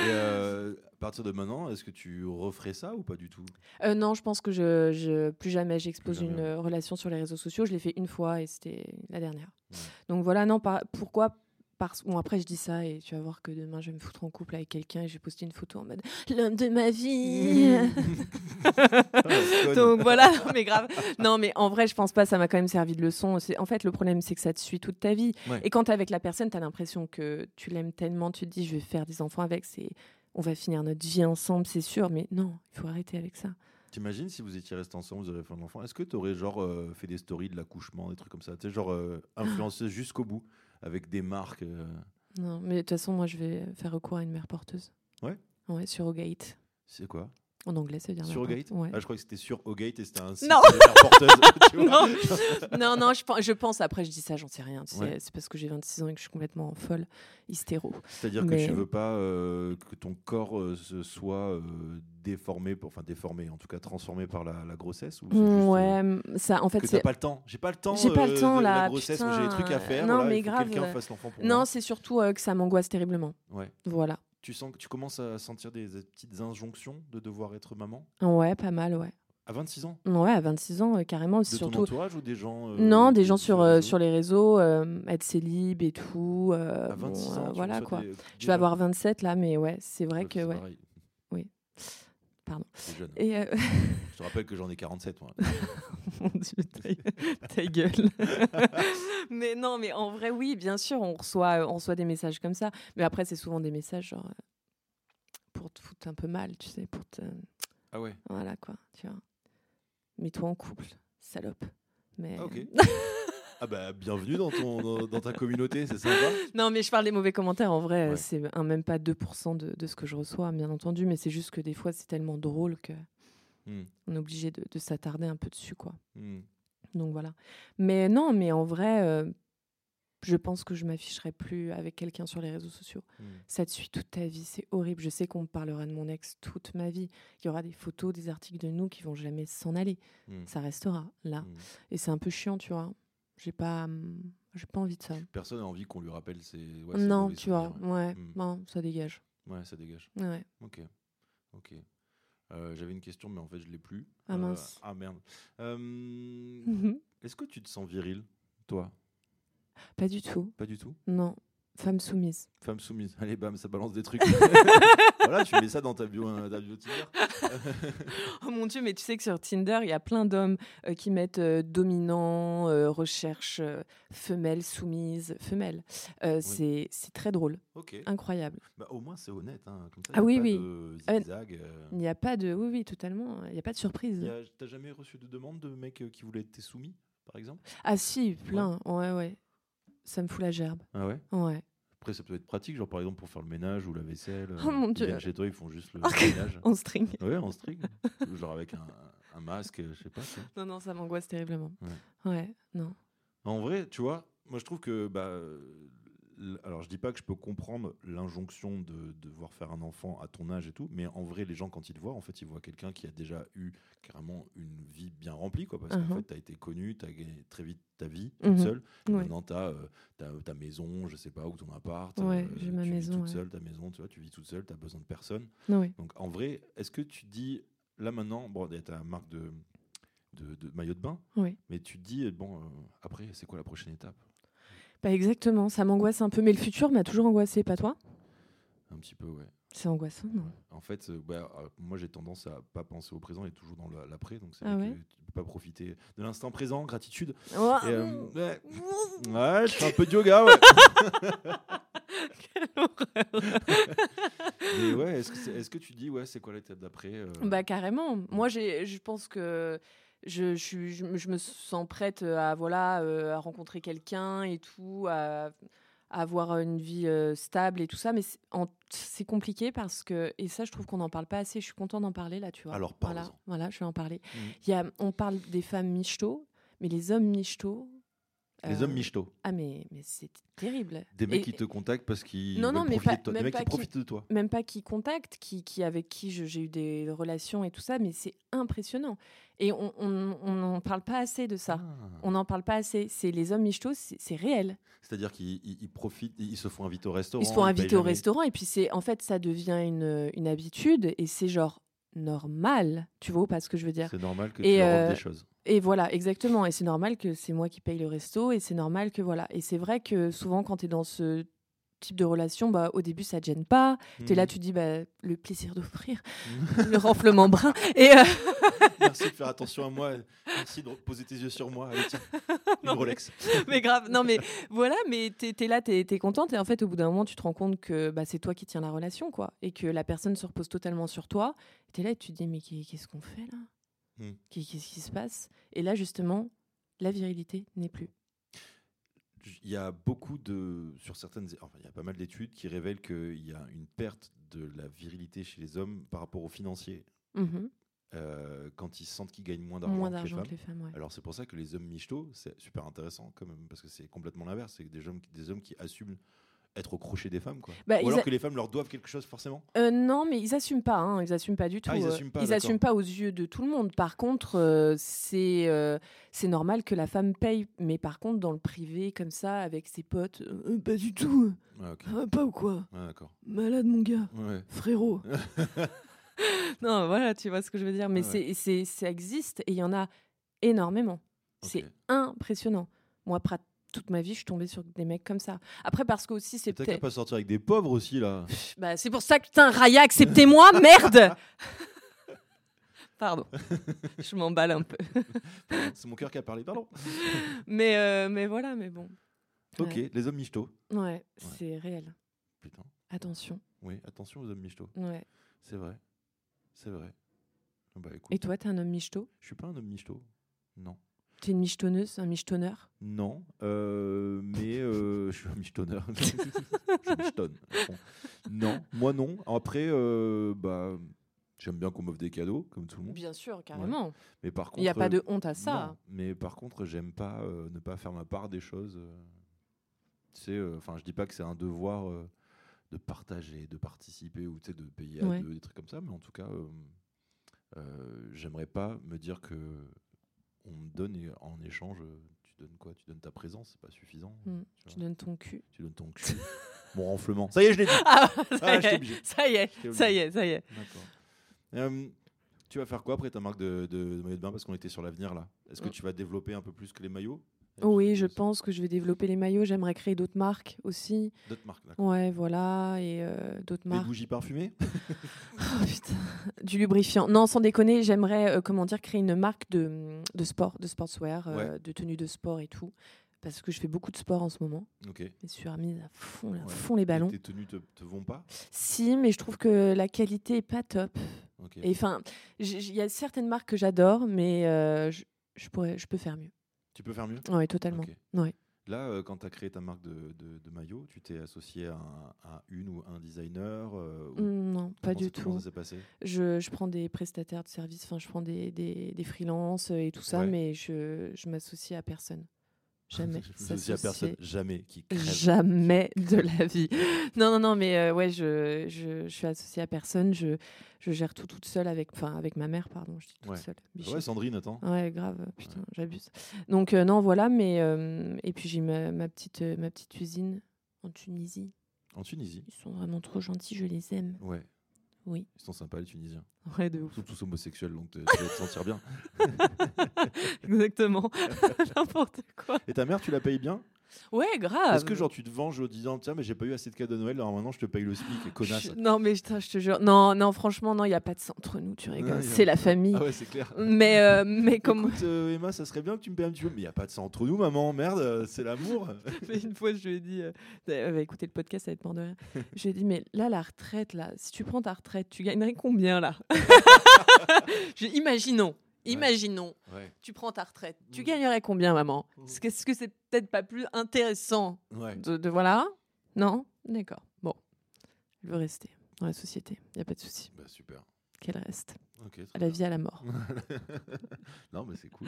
Speaker 2: Et, euh, à partir de maintenant, est-ce que tu referais ça ou pas du tout
Speaker 3: Euh, non, je pense que je, je- plus jamais j'expose
Speaker 2: Plus jamais,
Speaker 3: une
Speaker 2: ouais.
Speaker 3: euh, relation sur les réseaux sociaux. Je l'ai fait une fois et c'était la dernière.
Speaker 2: Ouais.
Speaker 3: Donc voilà, non, par- pourquoi parce, Bon, après, je dis ça et tu vas voir que demain, je vais me foutre en couple avec quelqu'un et j'ai posté une photo en mode l'homme de
Speaker 2: [laughs]
Speaker 3: ma vie. [laughs]
Speaker 2: Ah, la conne.
Speaker 3: Donc voilà, [laughs] non, mais grave. Non, mais en vrai, je pense pas, ça m'a quand même servi de leçon. C'est- En fait, le problème, c'est que ça te suit toute ta vie.
Speaker 2: Ouais.
Speaker 3: Et quand t'es avec la personne, t'as l'impression que tu l'aimes tellement, tu te dis, je vais faire des enfants avec, c'est. On va finir notre vie ensemble, c'est sûr, mais non, il faut arrêter avec ça.
Speaker 2: T'imagines si vous étiez restés ensemble, vous auriez fait un enfant. Est-ce que tu aurais genre euh, fait des stories de l'accouchement, des trucs comme ça Tu sais, genre euh,
Speaker 3: [gasps]
Speaker 2: influenceuse jusqu'au bout avec des marques. euh,
Speaker 3: Non, mais de toute façon, moi, je vais faire recours à une mère porteuse.
Speaker 2: Ouais.
Speaker 3: Ouais, surrogate.
Speaker 2: c'est quoi
Speaker 3: En anglais, ça veut dire. mère
Speaker 2: Surrogate
Speaker 3: porteuse. Ouais. [laughs]
Speaker 2: Ah, je crois que c'était sur Ogate et c'était un site
Speaker 3: Non.
Speaker 2: de mère porteuse, [laughs]
Speaker 3: [laughs]
Speaker 2: tu vois.
Speaker 3: Non, non, non, je pense, je pense, après je dis ça, j'en sais rien. tu sais,
Speaker 2: Ouais.
Speaker 3: C'est parce que j'ai 26 ans et que je suis complètement folle, hystéro.
Speaker 2: C'est-à-dire que
Speaker 3: Mais-
Speaker 2: tu veux pas euh, que ton corps euh, se soit euh, déformé, pour- enfin déformé, en tout cas transformé par la, la grossesse ou c'est juste, euh,
Speaker 3: Mmh, ouais, ça, en fait,
Speaker 2: que t'as
Speaker 3: c'est.
Speaker 2: pas le temps. J'ai pas le temps.
Speaker 3: J'ai pas le
Speaker 2: euh,
Speaker 3: temps,
Speaker 2: de
Speaker 3: là,
Speaker 2: La grossesse,
Speaker 3: putain,
Speaker 2: j'ai des trucs à faire.
Speaker 3: non,
Speaker 2: voilà,
Speaker 3: mais
Speaker 2: il faut
Speaker 3: grave,
Speaker 2: que quelqu'un
Speaker 3: ouais.
Speaker 2: fasse l'enfant pour
Speaker 3: Non,
Speaker 2: moi.
Speaker 3: c'est surtout euh, que ça m'angoisse terriblement.
Speaker 2: Ouais.
Speaker 3: Voilà.
Speaker 2: Tu sens que tu commences à sentir des, des petites injonctions de devoir être maman
Speaker 3: Ouais, pas mal, ouais.
Speaker 2: à 26 ans.
Speaker 3: Ouais, à 26 ans, euh, carrément.
Speaker 2: De
Speaker 3: surtout,
Speaker 2: ton entourage ou des gens euh,
Speaker 3: non, des gens sur, euh,
Speaker 2: réseaux
Speaker 3: sur les réseaux, euh, être célib et tout. euh,
Speaker 2: À
Speaker 3: bon,
Speaker 2: 26
Speaker 3: euh,
Speaker 2: ans, tu
Speaker 3: voilà
Speaker 2: reçois
Speaker 3: quoi.
Speaker 2: des-
Speaker 3: Je
Speaker 2: déjà-
Speaker 3: vais avoir 27 là, mais ouais, c'est vrai
Speaker 2: Ouais,
Speaker 3: que
Speaker 2: c'est
Speaker 3: ouais.
Speaker 2: pareil.
Speaker 3: Oui. [laughs] Pardon.
Speaker 2: C'est jeune.
Speaker 3: Et euh, [laughs]
Speaker 2: Je te rappelle que j'en ai 47, moi.
Speaker 3: Mon Dieu,
Speaker 2: [laughs]
Speaker 3: ta, ta gueule. [laughs] mais non, mais en vrai, oui, bien sûr, on reçoit, euh, on reçoit des messages comme ça. Mais après, c'est souvent des messages genre euh, pour te foutre un peu mal, tu sais, pour te.
Speaker 2: Ah ouais
Speaker 3: Voilà quoi, tu vois. Mets-toi en couple, salope. Mais
Speaker 2: Ah, ok. Ah bah, bienvenue dans, ton, dans, dans ta communauté, c'est
Speaker 3: [laughs]
Speaker 2: sympa.
Speaker 3: [laughs] Non, mais je parle des mauvais commentaires. En vrai,
Speaker 2: Ouais.
Speaker 3: c'est un, même pas 2% de, de ce que je reçois, bien entendu. Mais c'est juste que des fois, c'est tellement drôle que
Speaker 2: Hmm.
Speaker 3: on est obligé de, de s'attarder un peu dessus, quoi.
Speaker 2: Hmm.
Speaker 3: Donc voilà. Mais non, mais en vrai, euh, je pense que je m'afficherai plus avec quelqu'un sur les réseaux sociaux.
Speaker 2: Hmm.
Speaker 3: Ça te suit toute ta vie, c'est horrible. Je sais qu'on me parlera de mon ex toute ma vie. Il y aura des photos, des articles de nous qui vont jamais s'en aller.
Speaker 2: Hmm.
Speaker 3: Ça restera là.
Speaker 2: Hmm.
Speaker 3: Et c'est un peu chiant, tu vois. J'ai pas, hum, j'ai pas envie de ça.
Speaker 2: Personne n'a envie qu'on lui rappelle ses. ouais, ses
Speaker 3: non,
Speaker 2: mauvais
Speaker 3: tu vois.
Speaker 2: souvenirs,
Speaker 3: Ouais, Hmm.
Speaker 2: Mm.
Speaker 3: non, ça dégage.
Speaker 2: Ouais. Ouais, ça dégage.
Speaker 3: Ouais.
Speaker 2: Ok. Ok. Euh, J'avais une question, mais en fait, je l'ai plus.
Speaker 3: Ah,
Speaker 2: Euh,
Speaker 3: mince.
Speaker 2: ah merde. Euh,
Speaker 3: Mhm.
Speaker 2: Est-ce que tu te sens viril, toi
Speaker 3: Pas du tout.
Speaker 2: Pas du tout.
Speaker 3: Non. Femme soumise.
Speaker 2: Femme soumise. Allez, bam, ça balance des
Speaker 3: [laughs]
Speaker 2: trucs. voilà, tu mets ça dans ta bio, euh, ta bio Tinder.
Speaker 3: Oh mon dieu, mais tu sais que sur Tinder, il y a plein d'hommes euh, qui mettent euh, dominant, euh, recherche, euh, femelle, soumise, femelle. Euh, c'est- C'est très drôle,
Speaker 2: Ok.
Speaker 3: incroyable.
Speaker 2: Bah, au moins, c'est honnête. hein. Comme ça,
Speaker 3: Ah
Speaker 2: y a
Speaker 3: oui,
Speaker 2: pas
Speaker 3: oui.
Speaker 2: de
Speaker 3: Euh,
Speaker 2: zigzag, euh.
Speaker 3: Il n'y a pas de... Oui, oui, totalement. hein. Il n'y a pas de surprise.
Speaker 2: Y a- T'as jamais reçu de demande de mecs euh, qui voulaient être tes soumis, par exemple
Speaker 3: Ah si, plein. Ouais, ouais. Ça me fout la gerbe.
Speaker 2: Ah ouais
Speaker 3: Ouais.
Speaker 2: Après, ça peut être pratique, genre par exemple pour faire le ménage ou la vaisselle. euh,
Speaker 3: Oh mon
Speaker 2: ils
Speaker 3: Dieu.
Speaker 2: viennent chez toi, ils font juste le
Speaker 3: Ok. [laughs]
Speaker 2: ménage.
Speaker 3: En string.
Speaker 2: Ouais, en string. genre avec un, un masque, euh, je sais pas. tu vois.
Speaker 3: Non, non, ça m'angoisse terriblement. Ouais. non.
Speaker 2: En vrai, tu vois, moi je trouve que. Bah, euh, l- alors je dis pas que je peux comprendre l'injonction de devoir faire un enfant à ton âge et tout, mais en vrai, les gens quand ils te voient, en fait, ils voient quelqu'un qui a déjà eu carrément une vie bien remplie, quoi. Parce
Speaker 3: Mhm.
Speaker 2: qu'en fait, t'as été connu, t'as gagné très vite ta vie toute
Speaker 3: Mhm.
Speaker 2: seule. et
Speaker 3: Ouais.
Speaker 2: Maintenant, t'as euh, t'as, euh, ta maison, je sais pas, ou ton appart.
Speaker 3: Ouais,
Speaker 2: euh,
Speaker 3: j'ai ma
Speaker 2: tu vis
Speaker 3: maison,
Speaker 2: toute
Speaker 3: ouais.
Speaker 2: seule, ta maison, tu vois, tu vis toute seule, t'as besoin de personne.
Speaker 3: Non, ouais.
Speaker 2: Donc en vrai, est-ce que tu dis là maintenant, bon, t'as une marque de, de, de maillot de bain,
Speaker 3: Oui.
Speaker 2: mais tu te dis bon, euh, après, c'est quoi la prochaine étape
Speaker 3: Pas Bah, exactement, ça m'angoisse un peu. Mais le futur m'a toujours angoissé, pas toi
Speaker 2: Un petit peu, ouais.
Speaker 3: C'est angoissant, non
Speaker 2: En fait, euh, bah, euh, moi j'ai tendance à pas penser au présent et toujours dans la- l'après, donc c'est
Speaker 3: Ah
Speaker 2: vrai
Speaker 3: ouais
Speaker 2: que tu peux pas profiter de l'instant présent, gratitude.
Speaker 3: Oh,
Speaker 2: Et, euh,
Speaker 3: mm.
Speaker 2: ouais, ouais, je fais un peu de yoga,
Speaker 3: [laughs]
Speaker 2: ouais. [laughs] Mais ouais, est-ce que, c'est- est-ce que tu dis ouais, c'est quoi l'étape d'après euh,
Speaker 3: Bah carrément. Moi, j'ai, je pense que je, je, suis- je, me- je me sens prête à voilà euh, à rencontrer quelqu'un et tout, à, à avoir une vie euh, stable et tout ça. Mais c'est, en- c'est compliqué parce que et ça, je trouve qu'on n'en parle pas assez. Je suis contente d'en parler là, tu vois.
Speaker 2: Alors,
Speaker 3: voilà,
Speaker 2: parle-en.
Speaker 3: voilà, je vais en parler.
Speaker 2: Mhm.
Speaker 3: Il y a, on parle des femmes michto, mais les hommes michto.
Speaker 2: Les hommes michto,
Speaker 3: Ah mais mais c'est terrible.
Speaker 2: des mecs
Speaker 3: Et-
Speaker 2: qui te contactent parce qu'ils
Speaker 3: Non,
Speaker 2: veulent
Speaker 3: non, mais
Speaker 2: profiter
Speaker 3: pas-
Speaker 2: de toi, des
Speaker 3: même
Speaker 2: mecs qui
Speaker 3: pas qui-
Speaker 2: profitent de toi.
Speaker 3: même pas qui contacte, qui, qui avec qui je- j'ai eu des relations et tout ça, mais c'est impressionnant. Et on n'en parle pas assez de ça.
Speaker 2: Ah.
Speaker 3: On n'en parle pas assez. C'est les hommes michtos, c'est c'est réel.
Speaker 2: C'est-à-dire qu'ils ils- ils profitent, ils se font inviter au restaurant.
Speaker 3: Ils se font
Speaker 2: payent
Speaker 3: inviter au
Speaker 2: jamais.
Speaker 3: restaurant et puis c'est en fait ça devient une, une habitude et c'est genre normal. Tu vois pas ce que je veux dire
Speaker 2: C'est normal que
Speaker 3: Et,
Speaker 2: tu leur offres
Speaker 3: euh,
Speaker 2: des choses.
Speaker 3: Et voilà, exactement. Et c'est normal que c'est moi qui paye le resto et c'est normal que voilà. Et c'est vrai que souvent quand tu es dans ce type de relation, bah, au début ça te gêne pas.
Speaker 2: Hmm.
Speaker 3: Tu es
Speaker 2: Mmh.
Speaker 3: là, tu te dis bah, le plaisir d'offrir, [laughs] le renflement brun. Et, euh,
Speaker 2: Merci de faire attention à moi. Merci de poser tes yeux sur moi. Allez, tiens, une
Speaker 3: [laughs] Non, mais-
Speaker 2: Rolex.
Speaker 3: [laughs] mais grave,
Speaker 2: [laughs]
Speaker 3: non mais voilà, mais t'es es là, t'es es contente et en fait au bout d'un moment tu te rends compte que bah, c'est toi qui tiens la relation quoi et que la personne se repose totalement sur toi. T'es là et tu te dis mais qu'est- qu'est-ce qu'on fait là
Speaker 2: Hmm.
Speaker 3: Qu'est- Qu'est-ce qui se passe Et là justement la virilité n'est plus.
Speaker 2: Il y a beaucoup de. Sur certaines. Enfin, il y a pas mal d'études qui révèlent qu'il y a une perte de la virilité chez les hommes par rapport aux financiers
Speaker 3: Mhm.
Speaker 2: euh, quand ils sentent qu'ils gagnent moins d'argent que
Speaker 3: Moins
Speaker 2: les
Speaker 3: d'argent
Speaker 2: femmes.
Speaker 3: que les femmes. ouais.
Speaker 2: Alors c'est pour ça que les hommes michetots, c'est super intéressant quand même, parce que c'est complètement l'inverse. C'est des hommes, qui- des hommes qui assument être au crochet des femmes, quoi.
Speaker 3: Bah,
Speaker 2: Ou
Speaker 3: ils
Speaker 2: alors
Speaker 3: a-
Speaker 2: que les femmes leur doivent quelque chose forcément.
Speaker 3: Euh, non, mais ils assument pas. hein, Ils assument pas du tout.
Speaker 2: Ah, ils
Speaker 3: euh,
Speaker 2: assument pas, d'accord.
Speaker 3: assument pas aux yeux de tout le monde. Par contre, euh, c'est euh, c'est normal que la femme paye. Mais par contre, dans le privé, comme ça, avec ses potes, euh, pas du tout.
Speaker 2: Ouais, Ah, ok.
Speaker 3: Ça va Ah, pas ou quoi
Speaker 2: Ouais, Ah, d'accord.
Speaker 3: Malade mon gars,
Speaker 2: Ouais.
Speaker 3: frérot.
Speaker 2: [laughs]
Speaker 3: non, voilà, tu vois ce que je veux dire. Mais
Speaker 2: Ah Ouais.
Speaker 3: c'est c'est ça existe et il y en a énormément. C'est
Speaker 2: Ok.
Speaker 3: impressionnant. Moi, pra- toute ma vie, je suis tombée sur des mecs comme ça. Après, parce que aussi, c'est
Speaker 2: T'as qu'à
Speaker 3: peut-être. [laughs]
Speaker 2: pas sortir avec des pauvres aussi là. [laughs]
Speaker 3: Bah, c'est pour ça que, putain, Raya, acceptez-moi, merde Pardon, je m'emballe un peu.
Speaker 2: C'est mon cœur qui a parlé, pardon.
Speaker 3: Mais, euh, mais voilà, mais bon.
Speaker 2: Ok,
Speaker 3: Ouais.
Speaker 2: les hommes michetots.
Speaker 3: Ouais, c'est réel.
Speaker 2: Putain.
Speaker 3: Attention.
Speaker 2: Oui, attention aux hommes michetots.
Speaker 3: Ouais.
Speaker 2: C'est vrai. C'est vrai. Bah écoute,
Speaker 3: Et toi, t'es un homme michto
Speaker 2: je suis pas un homme michto. Non.
Speaker 3: T'es une michetonneuse, un michetonneur
Speaker 2: Non, euh, mais euh, [laughs] je suis un michetonneur. je michetonne. Bon. Non, moi non. Après, euh, bah, j'aime bien qu'on m'offre des cadeaux, comme tout le monde.
Speaker 3: Bien sûr,
Speaker 2: carrément. Mais par contre,
Speaker 3: Il n'y a pas
Speaker 2: euh,
Speaker 3: de honte à ça.
Speaker 2: non. mais par contre, j'aime pas euh, ne pas faire ma part des choses. euh. Tu sais, euh, enfin, je dis pas que c'est un devoir euh, de partager, de participer ou tu sais, de payer à
Speaker 3: Ouais.
Speaker 2: deux, des trucs comme ça, mais en tout cas, euh, euh, j'aimerais pas me dire que on me donne et en échange, euh, tu donnes quoi Tu donnes ta présence, c'est pas suffisant. euh,
Speaker 3: Mm,
Speaker 2: tu,
Speaker 3: Tu
Speaker 2: vois.
Speaker 3: donnes ton cul.
Speaker 2: Tu donnes ton cul, mon
Speaker 3: [laughs]
Speaker 2: renflement. Ça y est, je l'ai dit.
Speaker 3: Ah,
Speaker 2: [laughs] Ah, j'étais
Speaker 3: [laughs]
Speaker 2: obligé.
Speaker 3: ça y
Speaker 2: J'étais
Speaker 3: est, ça y est, ça y est.
Speaker 2: D'accord. Euh, tu vas faire quoi après ta marque de, de- de maillot de bain parce qu'on était sur l'avenir là Est-ce que
Speaker 3: Mm.
Speaker 2: tu vas développer un peu plus que les maillots
Speaker 3: Oui, je pense que je vais développer les maillots. J'aimerais créer d'autres marques aussi.
Speaker 2: D'autres marques, d'accord.
Speaker 3: Ouais, voilà, et euh, d'autres
Speaker 2: Des
Speaker 3: marques.
Speaker 2: bougies parfumées
Speaker 3: [laughs]
Speaker 2: [laughs]
Speaker 3: Oh, putain. Du lubrifiant. Non, sans déconner, j'aimerais euh, comment dire créer une marque de, hum, de sport, de sportswear, euh, de tenue de sport et tout, parce que je fais beaucoup de sport en ce moment.
Speaker 2: Ok. Et
Speaker 3: Je suis remise à fond, là,
Speaker 2: Ouais.
Speaker 3: fond les ballons.
Speaker 2: Tes tenues te, te vont pas
Speaker 3: Si, mais je trouve que la qualité est pas top.
Speaker 2: Ok.
Speaker 3: Et enfin, j- j- il y a certaines marques que j'adore, mais euh, je, je pourrais, je peux faire mieux.
Speaker 2: Tu peux faire mieux
Speaker 3: Ouais, totalement.
Speaker 2: Ok.
Speaker 3: Ouais.
Speaker 2: Là, euh, quand tu as créé ta marque de, de, de maillot, tu t'es associé à, un- à une ou un designer euh, ou-
Speaker 3: Mm, Non,
Speaker 2: comment
Speaker 3: pas du
Speaker 2: ça- Comment
Speaker 3: tout.
Speaker 2: ça s'est passé
Speaker 3: Je, je prends des prestataires de services, enfin, je prends des, des, des freelances euh, et tout ça,
Speaker 2: Ouais.
Speaker 3: mais je, je m'associe à personne. Jamais.
Speaker 2: [laughs] Je m'associe à personne,
Speaker 3: s'associer.
Speaker 2: jamais, qui crève.
Speaker 3: Jamais de la vie. [laughs] Non, non, non, mais euh, ouais, je, je, je suis associée à personne. Je, je gère tout toute seule avec, enfin, avec ma mère, pardon. Je dis toute
Speaker 2: Ouais.
Speaker 3: seule. bichette.
Speaker 2: Ah Ouais, Sandrine, attends.
Speaker 3: Ouais, grave, putain, j'abuse. Donc, euh, non, voilà, mais. euh, et puis, j'ai ma, ma petite, euh, ma petite usine en Tunisie.
Speaker 2: En Tunisie
Speaker 3: Ils sont vraiment trop gentils, je les aime.
Speaker 2: Ouais.
Speaker 3: Oui.
Speaker 2: Ils sont sympas, les Tunisiens.
Speaker 3: [laughs] Ouais, de
Speaker 2: Ils
Speaker 3: ouf.
Speaker 2: sont tous homosexuels, donc te- tu vas te sentir bien.
Speaker 3: Exactement. [laughs] N'importe quoi.
Speaker 2: Et ta mère, tu la payes bien
Speaker 3: Ouais, grave.
Speaker 2: Est-ce que genre tu te venges en disant tiens mais j'ai pas eu assez de cadeaux de Noël alors maintenant je te paye le SMIC connasse
Speaker 3: Ah,
Speaker 2: Ah
Speaker 3: Je- Non, mais putain, je te jure. Non, non, franchement, non, il n'y a pas de ça entre nous, tu
Speaker 2: Non,
Speaker 3: rigoles.
Speaker 2: y a-
Speaker 3: C'est la famille.
Speaker 2: Ah ouais c'est clair.
Speaker 3: Mais, euh, [laughs] mais comme.
Speaker 2: Écoute euh, Emma ça serait bien que tu me payes un petit peu mais y a pas de ça entre nous maman merde euh, c'est
Speaker 3: [laughs]
Speaker 2: l'amour.
Speaker 3: Mais une fois, je lui ai dit, euh, elle va écouter le podcast, ça va être mort de [laughs] rire. Je lui ai dit, mais là, la retraite, là, si tu prends ta retraite, tu gagnerais combien, [laughs] là Je- Imaginons, imaginons,
Speaker 2: ouais
Speaker 3: tu prends ta retraite, tu
Speaker 2: Mm.
Speaker 3: gagnerais combien, maman
Speaker 2: Mm.
Speaker 3: Est-ce que est-ce que c'est peut-être pas plus intéressant
Speaker 2: ouais.
Speaker 3: de, de- voilà Non D'accord, bon. Elle veut rester dans la société, il n'y a pas de souci,
Speaker 2: Bah super.
Speaker 3: qu'elle reste.
Speaker 2: Ok. très
Speaker 3: À la
Speaker 2: bien.
Speaker 3: vie, à la mort.
Speaker 2: [laughs] non mais c'est cool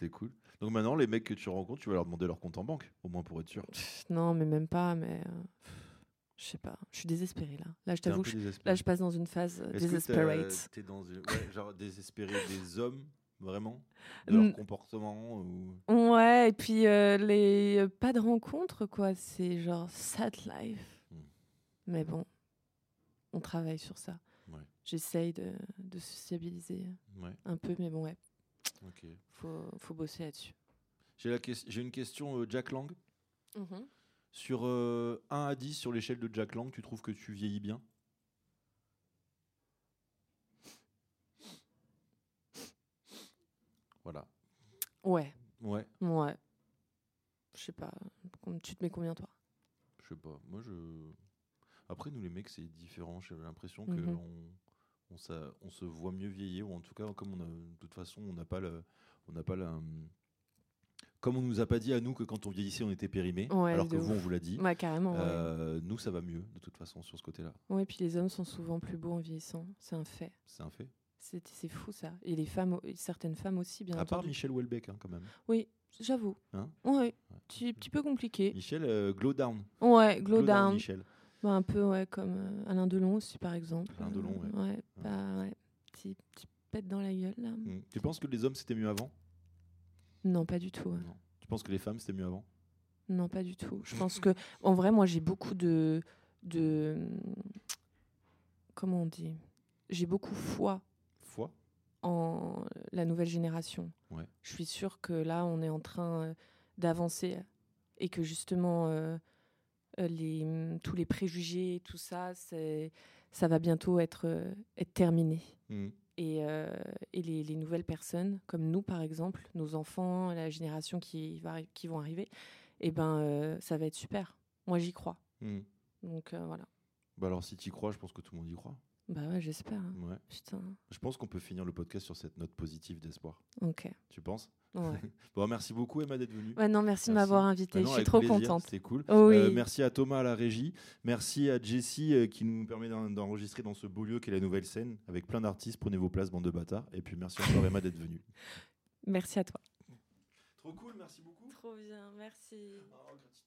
Speaker 2: c'est cool. Donc maintenant les mecs que tu rencontres tu vas leur demander leur compte en banque au moins pour être sûr.
Speaker 3: Pff, non, mais même pas, mais. euh, Je sais pas, je suis désespérée, là. Là, je
Speaker 2: T'es un
Speaker 3: t'avoue,
Speaker 2: peu
Speaker 3: je-
Speaker 2: désespéré.
Speaker 3: là, je passe dans une phase euh,
Speaker 2: Est-ce que t'as-
Speaker 3: desperate.
Speaker 2: T'es dans une- ouais, genre désespéré des hommes vraiment de leur
Speaker 3: Mm.
Speaker 2: comportement ou
Speaker 3: Ouais, et puis euh, les euh, pas de rencontre quoi, c'est genre sad life.
Speaker 2: Mm.
Speaker 3: Mais bon, on travaille sur ça.
Speaker 2: Ouais.
Speaker 3: J'essaye de, de sociabiliser
Speaker 2: ouais
Speaker 3: un peu, mais bon, ouais,
Speaker 2: ok.
Speaker 3: faut, faut bosser là-dessus.
Speaker 2: J'ai la ques- j'ai une question euh, Jack Lang. Sur euh, 1 à 10 sur l'échelle de Jack Lang, tu trouves que tu vieillis bien Voilà.
Speaker 3: Ouais,
Speaker 2: Ouais,
Speaker 3: ouais. Je sais pas, com- tu te mets combien toi
Speaker 2: je sais pas. Moi, je. Après, nous, les mecs, c'est différent. J'ai l'impression
Speaker 3: Mhm.
Speaker 2: qu'on on, s'a- on se voit mieux vieillir, ou en tout cas, comme on a, de toute façon, on n'a pas le. On n'a pas la. Comme on nous a pas dit à nous que quand on vieillissait, on était périmé,
Speaker 3: Ouais,
Speaker 2: alors que
Speaker 3: de
Speaker 2: vous, on vous l'a dit.
Speaker 3: Ouais, carrément. ouais.
Speaker 2: Euh, nous, ça va mieux, de toute façon, sur ce côté-là.
Speaker 3: Ouais, puis les hommes sont souvent plus beaux en vieillissant, c'est un fait.
Speaker 2: C'est un fait.
Speaker 3: C'est c'est fou ça. Et les femmes, au- et certaines femmes aussi, bien
Speaker 2: À part
Speaker 3: entendu.
Speaker 2: Michel Houellebecq, hein, quand même.
Speaker 3: Oui, j'avoue.
Speaker 2: Hein
Speaker 3: ouais, petit, petit peu compliqué.
Speaker 2: Michel, euh, glow down.
Speaker 3: Ouais,
Speaker 2: Glow
Speaker 3: glow down.
Speaker 2: Michel.
Speaker 3: Bah, un peu ouais, comme euh, Alain Delon aussi, par exemple.
Speaker 2: Alain Delon, ouais.
Speaker 3: Euh, ouais. bah, ouais. Petit, petit pète dans la gueule, là.
Speaker 2: Mm. Tu penses que les hommes c'était mieux avant
Speaker 3: Non, pas du tout. ouais.
Speaker 2: Non. Tu penses que les femmes c'était mieux avant
Speaker 3: Non, pas du tout.
Speaker 2: Mm.
Speaker 3: Je pense que, en vrai, moi, j'ai beaucoup de, de. Comment on dit J'ai beaucoup foi
Speaker 2: Foi
Speaker 3: en la nouvelle génération.
Speaker 2: Ouais.
Speaker 3: Je suis sûre que là, on est en train euh, d'avancer et que justement, euh, euh, les, hum, tous les préjugés, tout ça, c'est- ça va bientôt être, euh, être terminé.
Speaker 2: Mm.
Speaker 3: Et, euh, et les, les nouvelles personnes, comme nous par exemple, nos enfants, la génération qui, va, arri- qui vont arriver, eh ben, euh, ça va être super. Moi, j'y crois.
Speaker 2: Hmm.
Speaker 3: Donc euh, voilà.
Speaker 2: Bah alors, si tu crois, je pense que tout le monde y croit.
Speaker 3: Bah ouais, j'espère. hein.
Speaker 2: Ouais.
Speaker 3: Putain.
Speaker 2: Je pense qu'on peut finir le podcast sur cette note positive d'espoir.
Speaker 3: Ok.
Speaker 2: Tu penses [laughs]
Speaker 3: Ouais.
Speaker 2: Bon, merci beaucoup, Emma, d'être venue.
Speaker 3: Ouais, non, merci, de
Speaker 2: Merci.
Speaker 3: m'avoir
Speaker 2: Bah
Speaker 3: invitée.
Speaker 2: non,
Speaker 3: je suis
Speaker 2: avec
Speaker 3: trop
Speaker 2: plaisir,
Speaker 3: contente.
Speaker 2: C'était cool.
Speaker 3: Oh oui.
Speaker 2: Euh, merci à Thomas à la régie. Merci à Jessie euh, qui nous permet d'en- d'enregistrer dans ce beau lieu qu'est la nouvelle scène avec plein d'artistes. Prenez vos places, bande de bâtards. Et puis merci encore Emma d'être venue.
Speaker 3: Merci à toi.
Speaker 2: Trop cool, merci beaucoup.
Speaker 3: Trop bien, merci.
Speaker 2: Oh, gratitude.